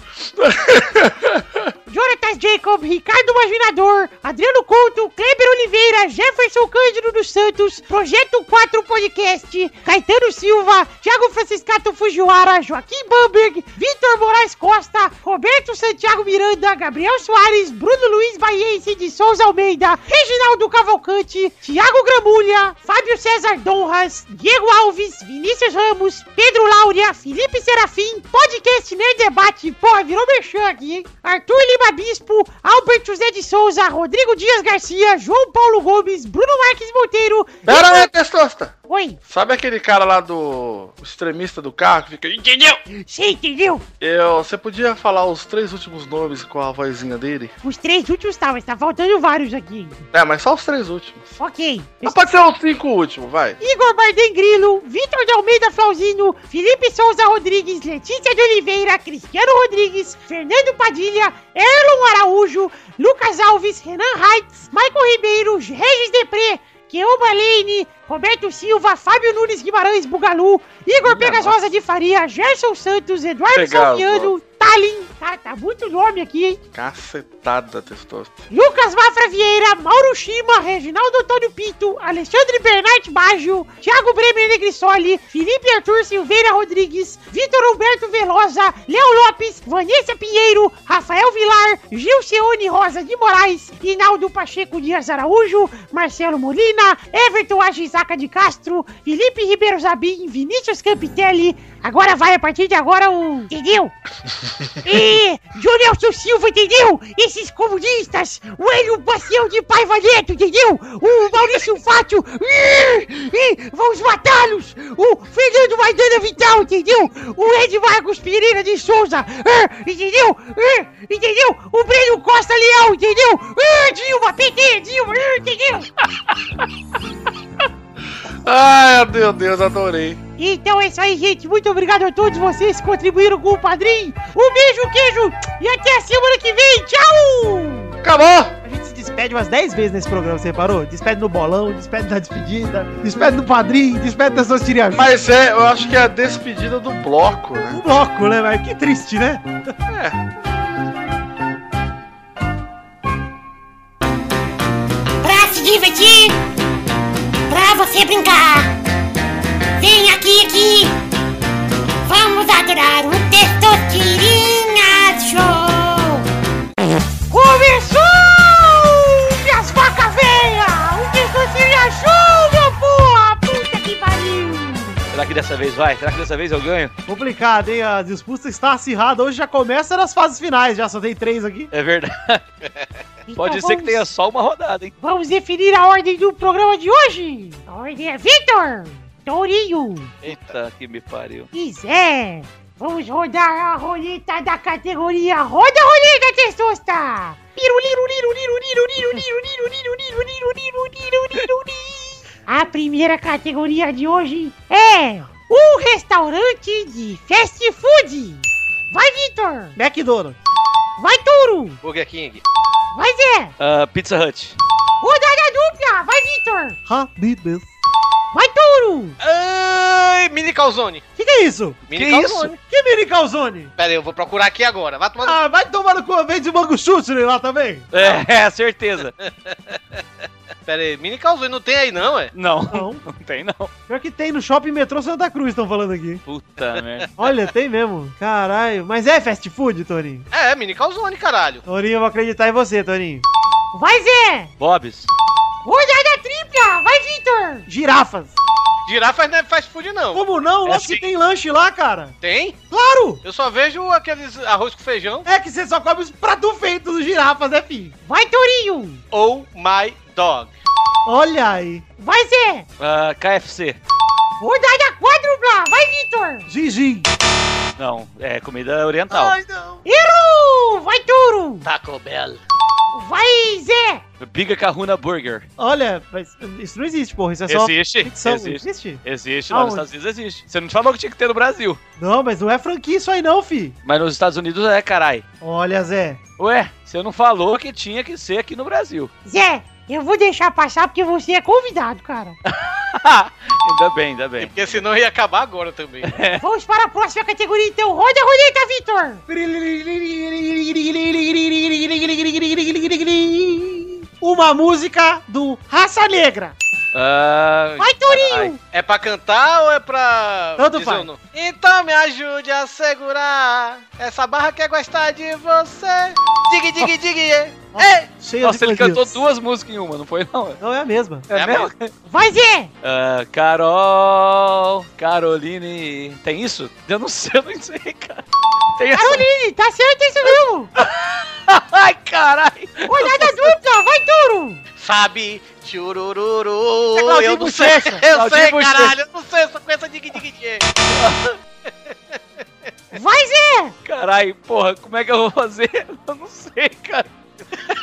Jonathan Jacob, Ricardo Maginador, Adriano Couto, Kleber Oliveira, Jefferson Cândido dos Santos, Projeto 4 Podcast, Caetano Silva, Thiago Franciscato Fujiwara, Joaquim Bamberg, Vitor Moraes Costa, Roberto Santiago Miranda, Gabriel Soares, Bruno Luiz Baiense de Souza Almeida, Reginaldo Cavalcante, Thiago Gramulha, Fábio César Donras, Diego Alves, Vinícius Ramos, Pedro Laura, Felipe Serafim, Podcast Nerd Debate, porra, virou merchan aqui, hein? Arthur Lima Bispo, Albert José de Souza, Rodrigo Dias Garcia, João Paulo Gomes, Bruno Marques Monteiro. Pera aí, Testosta! Oi, Sabe aquele cara lá do. o extremista do carro que fica. Entendeu? você entendeu? Eu, você podia falar os três últimos nomes com a vozinha dele? Os três últimos tá, mas tá faltando vários aqui. É, mas só os três últimos. Ok. Mas pode ser os cinco últimos, vai. Igor Bardem Grilo, Vitor de Almeida Flauzino, Felipe Souza Rodrigues, Letícia de Oliveira, Cristiano Rodrigues, Fernando Padilha, Erlon Araújo, Lucas Alves, Renan Reitz, Michael Ribeiro, Regis Depré, Keoma Lane, Roberto Silva, Fábio Nunes Guimarães Bugalu, Igor Pegasosa de Faria, Gerson Santos, Eduardo Pegasosa. Salviano, Talin, tá, tá muito nome aqui, hein? Cacetada, Testosta. Lucas Mafra Vieira, Mauro Shima, Reginaldo Antônio Pinto, Alexandre Bernard Baggio, Thiago Bremer Negrisoli, Felipe Arthur Silveira Rodrigues, Vitor Humberto Velosa, Léo Lopes, Vanessa Pinheiro, Rafael Vilar, Gil Cione Rosa de Moraes, Hinaldo Pacheco Dias Araújo, Marcelo Molina, Everton Agisaca de Castro, Felipe Ribeiro Zabim, Vinícius Campitelli. Agora vai, a partir de agora, o... Entendeu? E Jonelson Silva, entendeu? Esses comunistas, o Hélio Bacião de Paiva Neto, entendeu? O Maurício Fátio, ih, ih, vamos matá-los! O Fernando Maidana Vital, entendeu? O Ed Marcos Pereira de Souza, ah, entendeu? Ah, entendeu? O Breno Costa Leal, entendeu? Ah, Dilma, PT, Dilma, ah, entendeu? Ai, meu Deus, adorei. Então é isso aí, gente. Muito obrigado a todos vocês que contribuíram com o padrinho. Um beijo, queijo, e até a semana que vem. Tchau! Acabou! A gente se despede umas 10 vezes nesse programa, você reparou? Despede no bolão, despede na despedida, despede no padrinho, despede das suas tirinhas. Mas é, eu acho que é a despedida do bloco, né? Um bloco, né, velho? Que triste, né? Pra se divertir, pra você brincar. Vem aqui, aqui. Vamos adorar o Testosterinha Show. que dessa vez vai? Será que dessa vez eu ganho? Complicado, hein? A disputa está acirrada. Hoje já começa nas fases finais, já só tem três aqui. É verdade. Pode Então ser que vamos- tenha só uma rodada, hein? Vamos definir a ordem do programa de hoje. A ordem é Vitor, Tourinho Eita, Tá, que me pariu. e Zé. Vamos rodar a roleta da categoria Roda a Roleta Testosta. A primeira categoria de hoje é um restaurante de fast food. Vai, Vitor. McDonald's. Vai, Touro. Burger King. Vai, Zé. Ah, Pizza Hut. Rodada dupla. Vai, Vitor. Habibes. Vai, Touro. Ai, mini calzone. Que que é isso? Mini que calzone. isso? Que mini calzone? Pera aí, eu vou procurar aqui agora. Vai tomar no Ah, vai tomar no cu, vem de mango chute lá também. É, certeza. Pera aí, mini calzone não tem aí não, é? Não, Não. não tem não. Pior que tem no shopping metrô Santa Cruz, estão falando aqui. Puta merda. Olha, tem mesmo. Caralho. Mas é fast food, Torinho? É, mini calzone, caralho. Torinho, eu vou acreditar em você, Torinho. Vai, Zé. Bob's. Rodada tripla. Vai, Vitor. Girafas. Girafas não é fast food não. Como É não? Lógico assim. que tem lanche lá, cara. Tem? Claro. Eu só vejo aqueles arroz com feijão. É que você só come os pratos feitos dos girafas, é, filho? Vai, Tourinho. Oh my dog. Olha aí. Vai, Zé. Ah, KFC. Rodada quádrupla. Vai, Vitor. Gigi. Não, é comida oriental. não. Errou. Vai, Touro. Taco Bell. Vai, Zé. Biga Kahuna Burger. Olha, mas isso não existe, porra. Isso é só Existe, ficção. existe. Existe? Existe, lá nos Aonde? Estados Unidos existe. Você não te falou que tinha que ter no Brasil. Não, mas não é franquia isso aí não, fi. Mas nos Estados Unidos é, carai. Olha, Zé. Ué, você não falou que tinha que ser aqui no Brasil. Zé, eu vou deixar passar porque você é convidado, cara. ainda bem, ainda bem. Porque senão ia acabar agora também. Vamos para a próxima categoria, então. Roda a roleta, Vitor. Uma música do Raça Negra. Ah, Vai, Tourinho. É pra cantar ou é pra. Tanto dizer faz. o nome? Então me ajude a segurar. Essa barra quer gostar de você. Dig, dig, dig. é. É. Cheia Nossa, de ele coisinhas. cantou duas músicas em uma, não foi não? Não, é a mesma. É, a mesmo? Vai, Zé. Ah, Carol, Caroline. Tem isso? Eu não sei, eu não sei, cara. Tem essa. Caroline, tá certo isso mesmo. Ai, caralho! Rodada dupla. Vai, Touro. Sabe? Tchurururu. É Claudinho eu não sei. Bochecha. Eu sei, Claudinho Bochecha. caralho. Eu não sei. Eu só conheço a dig, dig, é. dig. Vai, Zé. Caralho, porra, como é que eu vou fazer? Eu não sei, cara.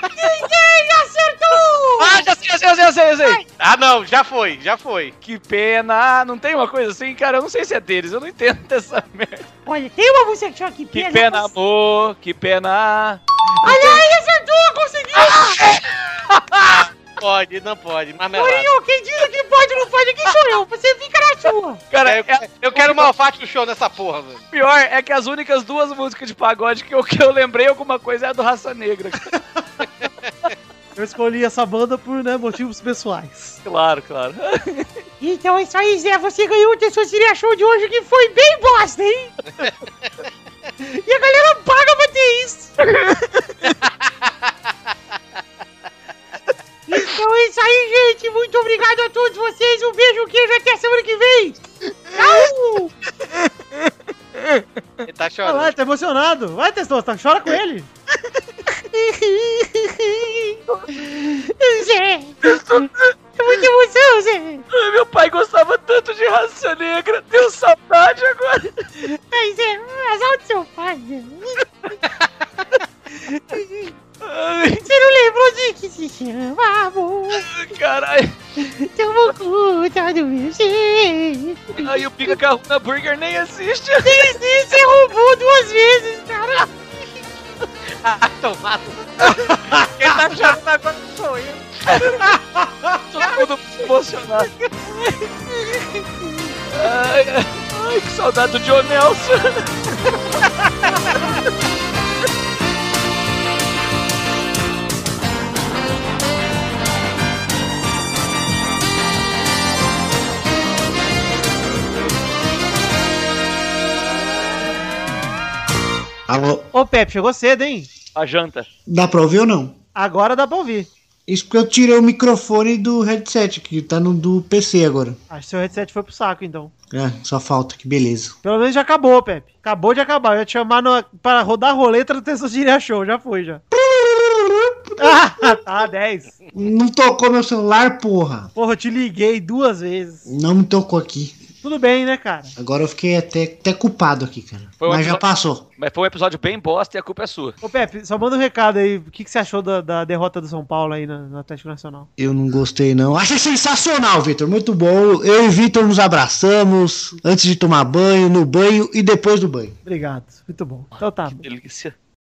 Ninguém acertou. Ah, já sei, já sei, já sei, já sei, já sei. Ah, não. Já foi. Já foi. Que pena, Ah, não tem uma coisa assim, cara, eu não sei se é deles, eu não entendo dessa merda. Olha, tem uma música que chama Que Que Pena. pena, amor, que pena. Olha aí, acertou. Conseguiu. Pode, não pode. Marmelada. Torinho, quem diz o que pode ou não pode aqui sou eu. Você fica na sua. Cara, eu, é- eu quero uma alfate no show nessa porra, velho. o pior é que as únicas duas músicas de pagode que eu, que eu lembrei alguma coisa é a do Raça Negra. Eu escolhi essa banda por né, motivos pessoais. Claro, claro. Então é isso aí, Zé. Você ganhou o Tessotiria Show de hoje que foi bem bosta, hein? e a galera paga pra ter isso. então é isso aí, gente. Muito obrigado a todos vocês. Um beijo, um queijo. Até semana que vem. Tchau. Ele tá Olha lá, chorando. ele tá emocionado. Vai, Testosta, chora com ele. Zé. É muita emoção, Zé. Ai, Meu pai gostava tanto de Raça Negra, deu saudade agora. Ai, Zé, mas onde seu pai, Zé? Ai, Você não lembrou de que se chama amor? caralho. Toma conta do meu jeito. Aí o Pica Carruna Burger nem existe. Sim, sim, você roubou duas vezes, cara. Tomado. Ele tá chorando agora no show, hein? Todo mundo emocionado. Ai, ai, que saudade do John Nelson. Alô, Ô, Pepe, chegou cedo, hein? A janta. dá pra ouvir ou não? Agora dá pra ouvir. Isso porque eu tirei o microfone do headset, que tá no do PC agora. Acho que seu headset foi pro saco, então. É, só falta, que beleza. Pelo menos já acabou, Pepe. Acabou de acabar. Eu ia te chamar no, pra rodar a roleta do Testosteria Show. Já foi, já. ah, tá, 10. Não tocou meu celular, porra. Porra, eu te liguei duas vezes. Não me tocou aqui. Tudo bem, né, cara? Agora eu fiquei até, até culpado aqui, cara. Foi um Mas já episódio- passou. Mas foi um episódio bem bosta e a culpa é sua. Ô, Pepe, só manda um recado aí. O que, que você achou da, da derrota do São Paulo aí na- no Atlético Nacional? Eu não gostei, não. Achei sensacional, Vitor. Muito bom. Eu e Vitor nos abraçamos antes de tomar banho, no banho e depois do banho. Obrigado. Muito bom. Então tá. Delícia.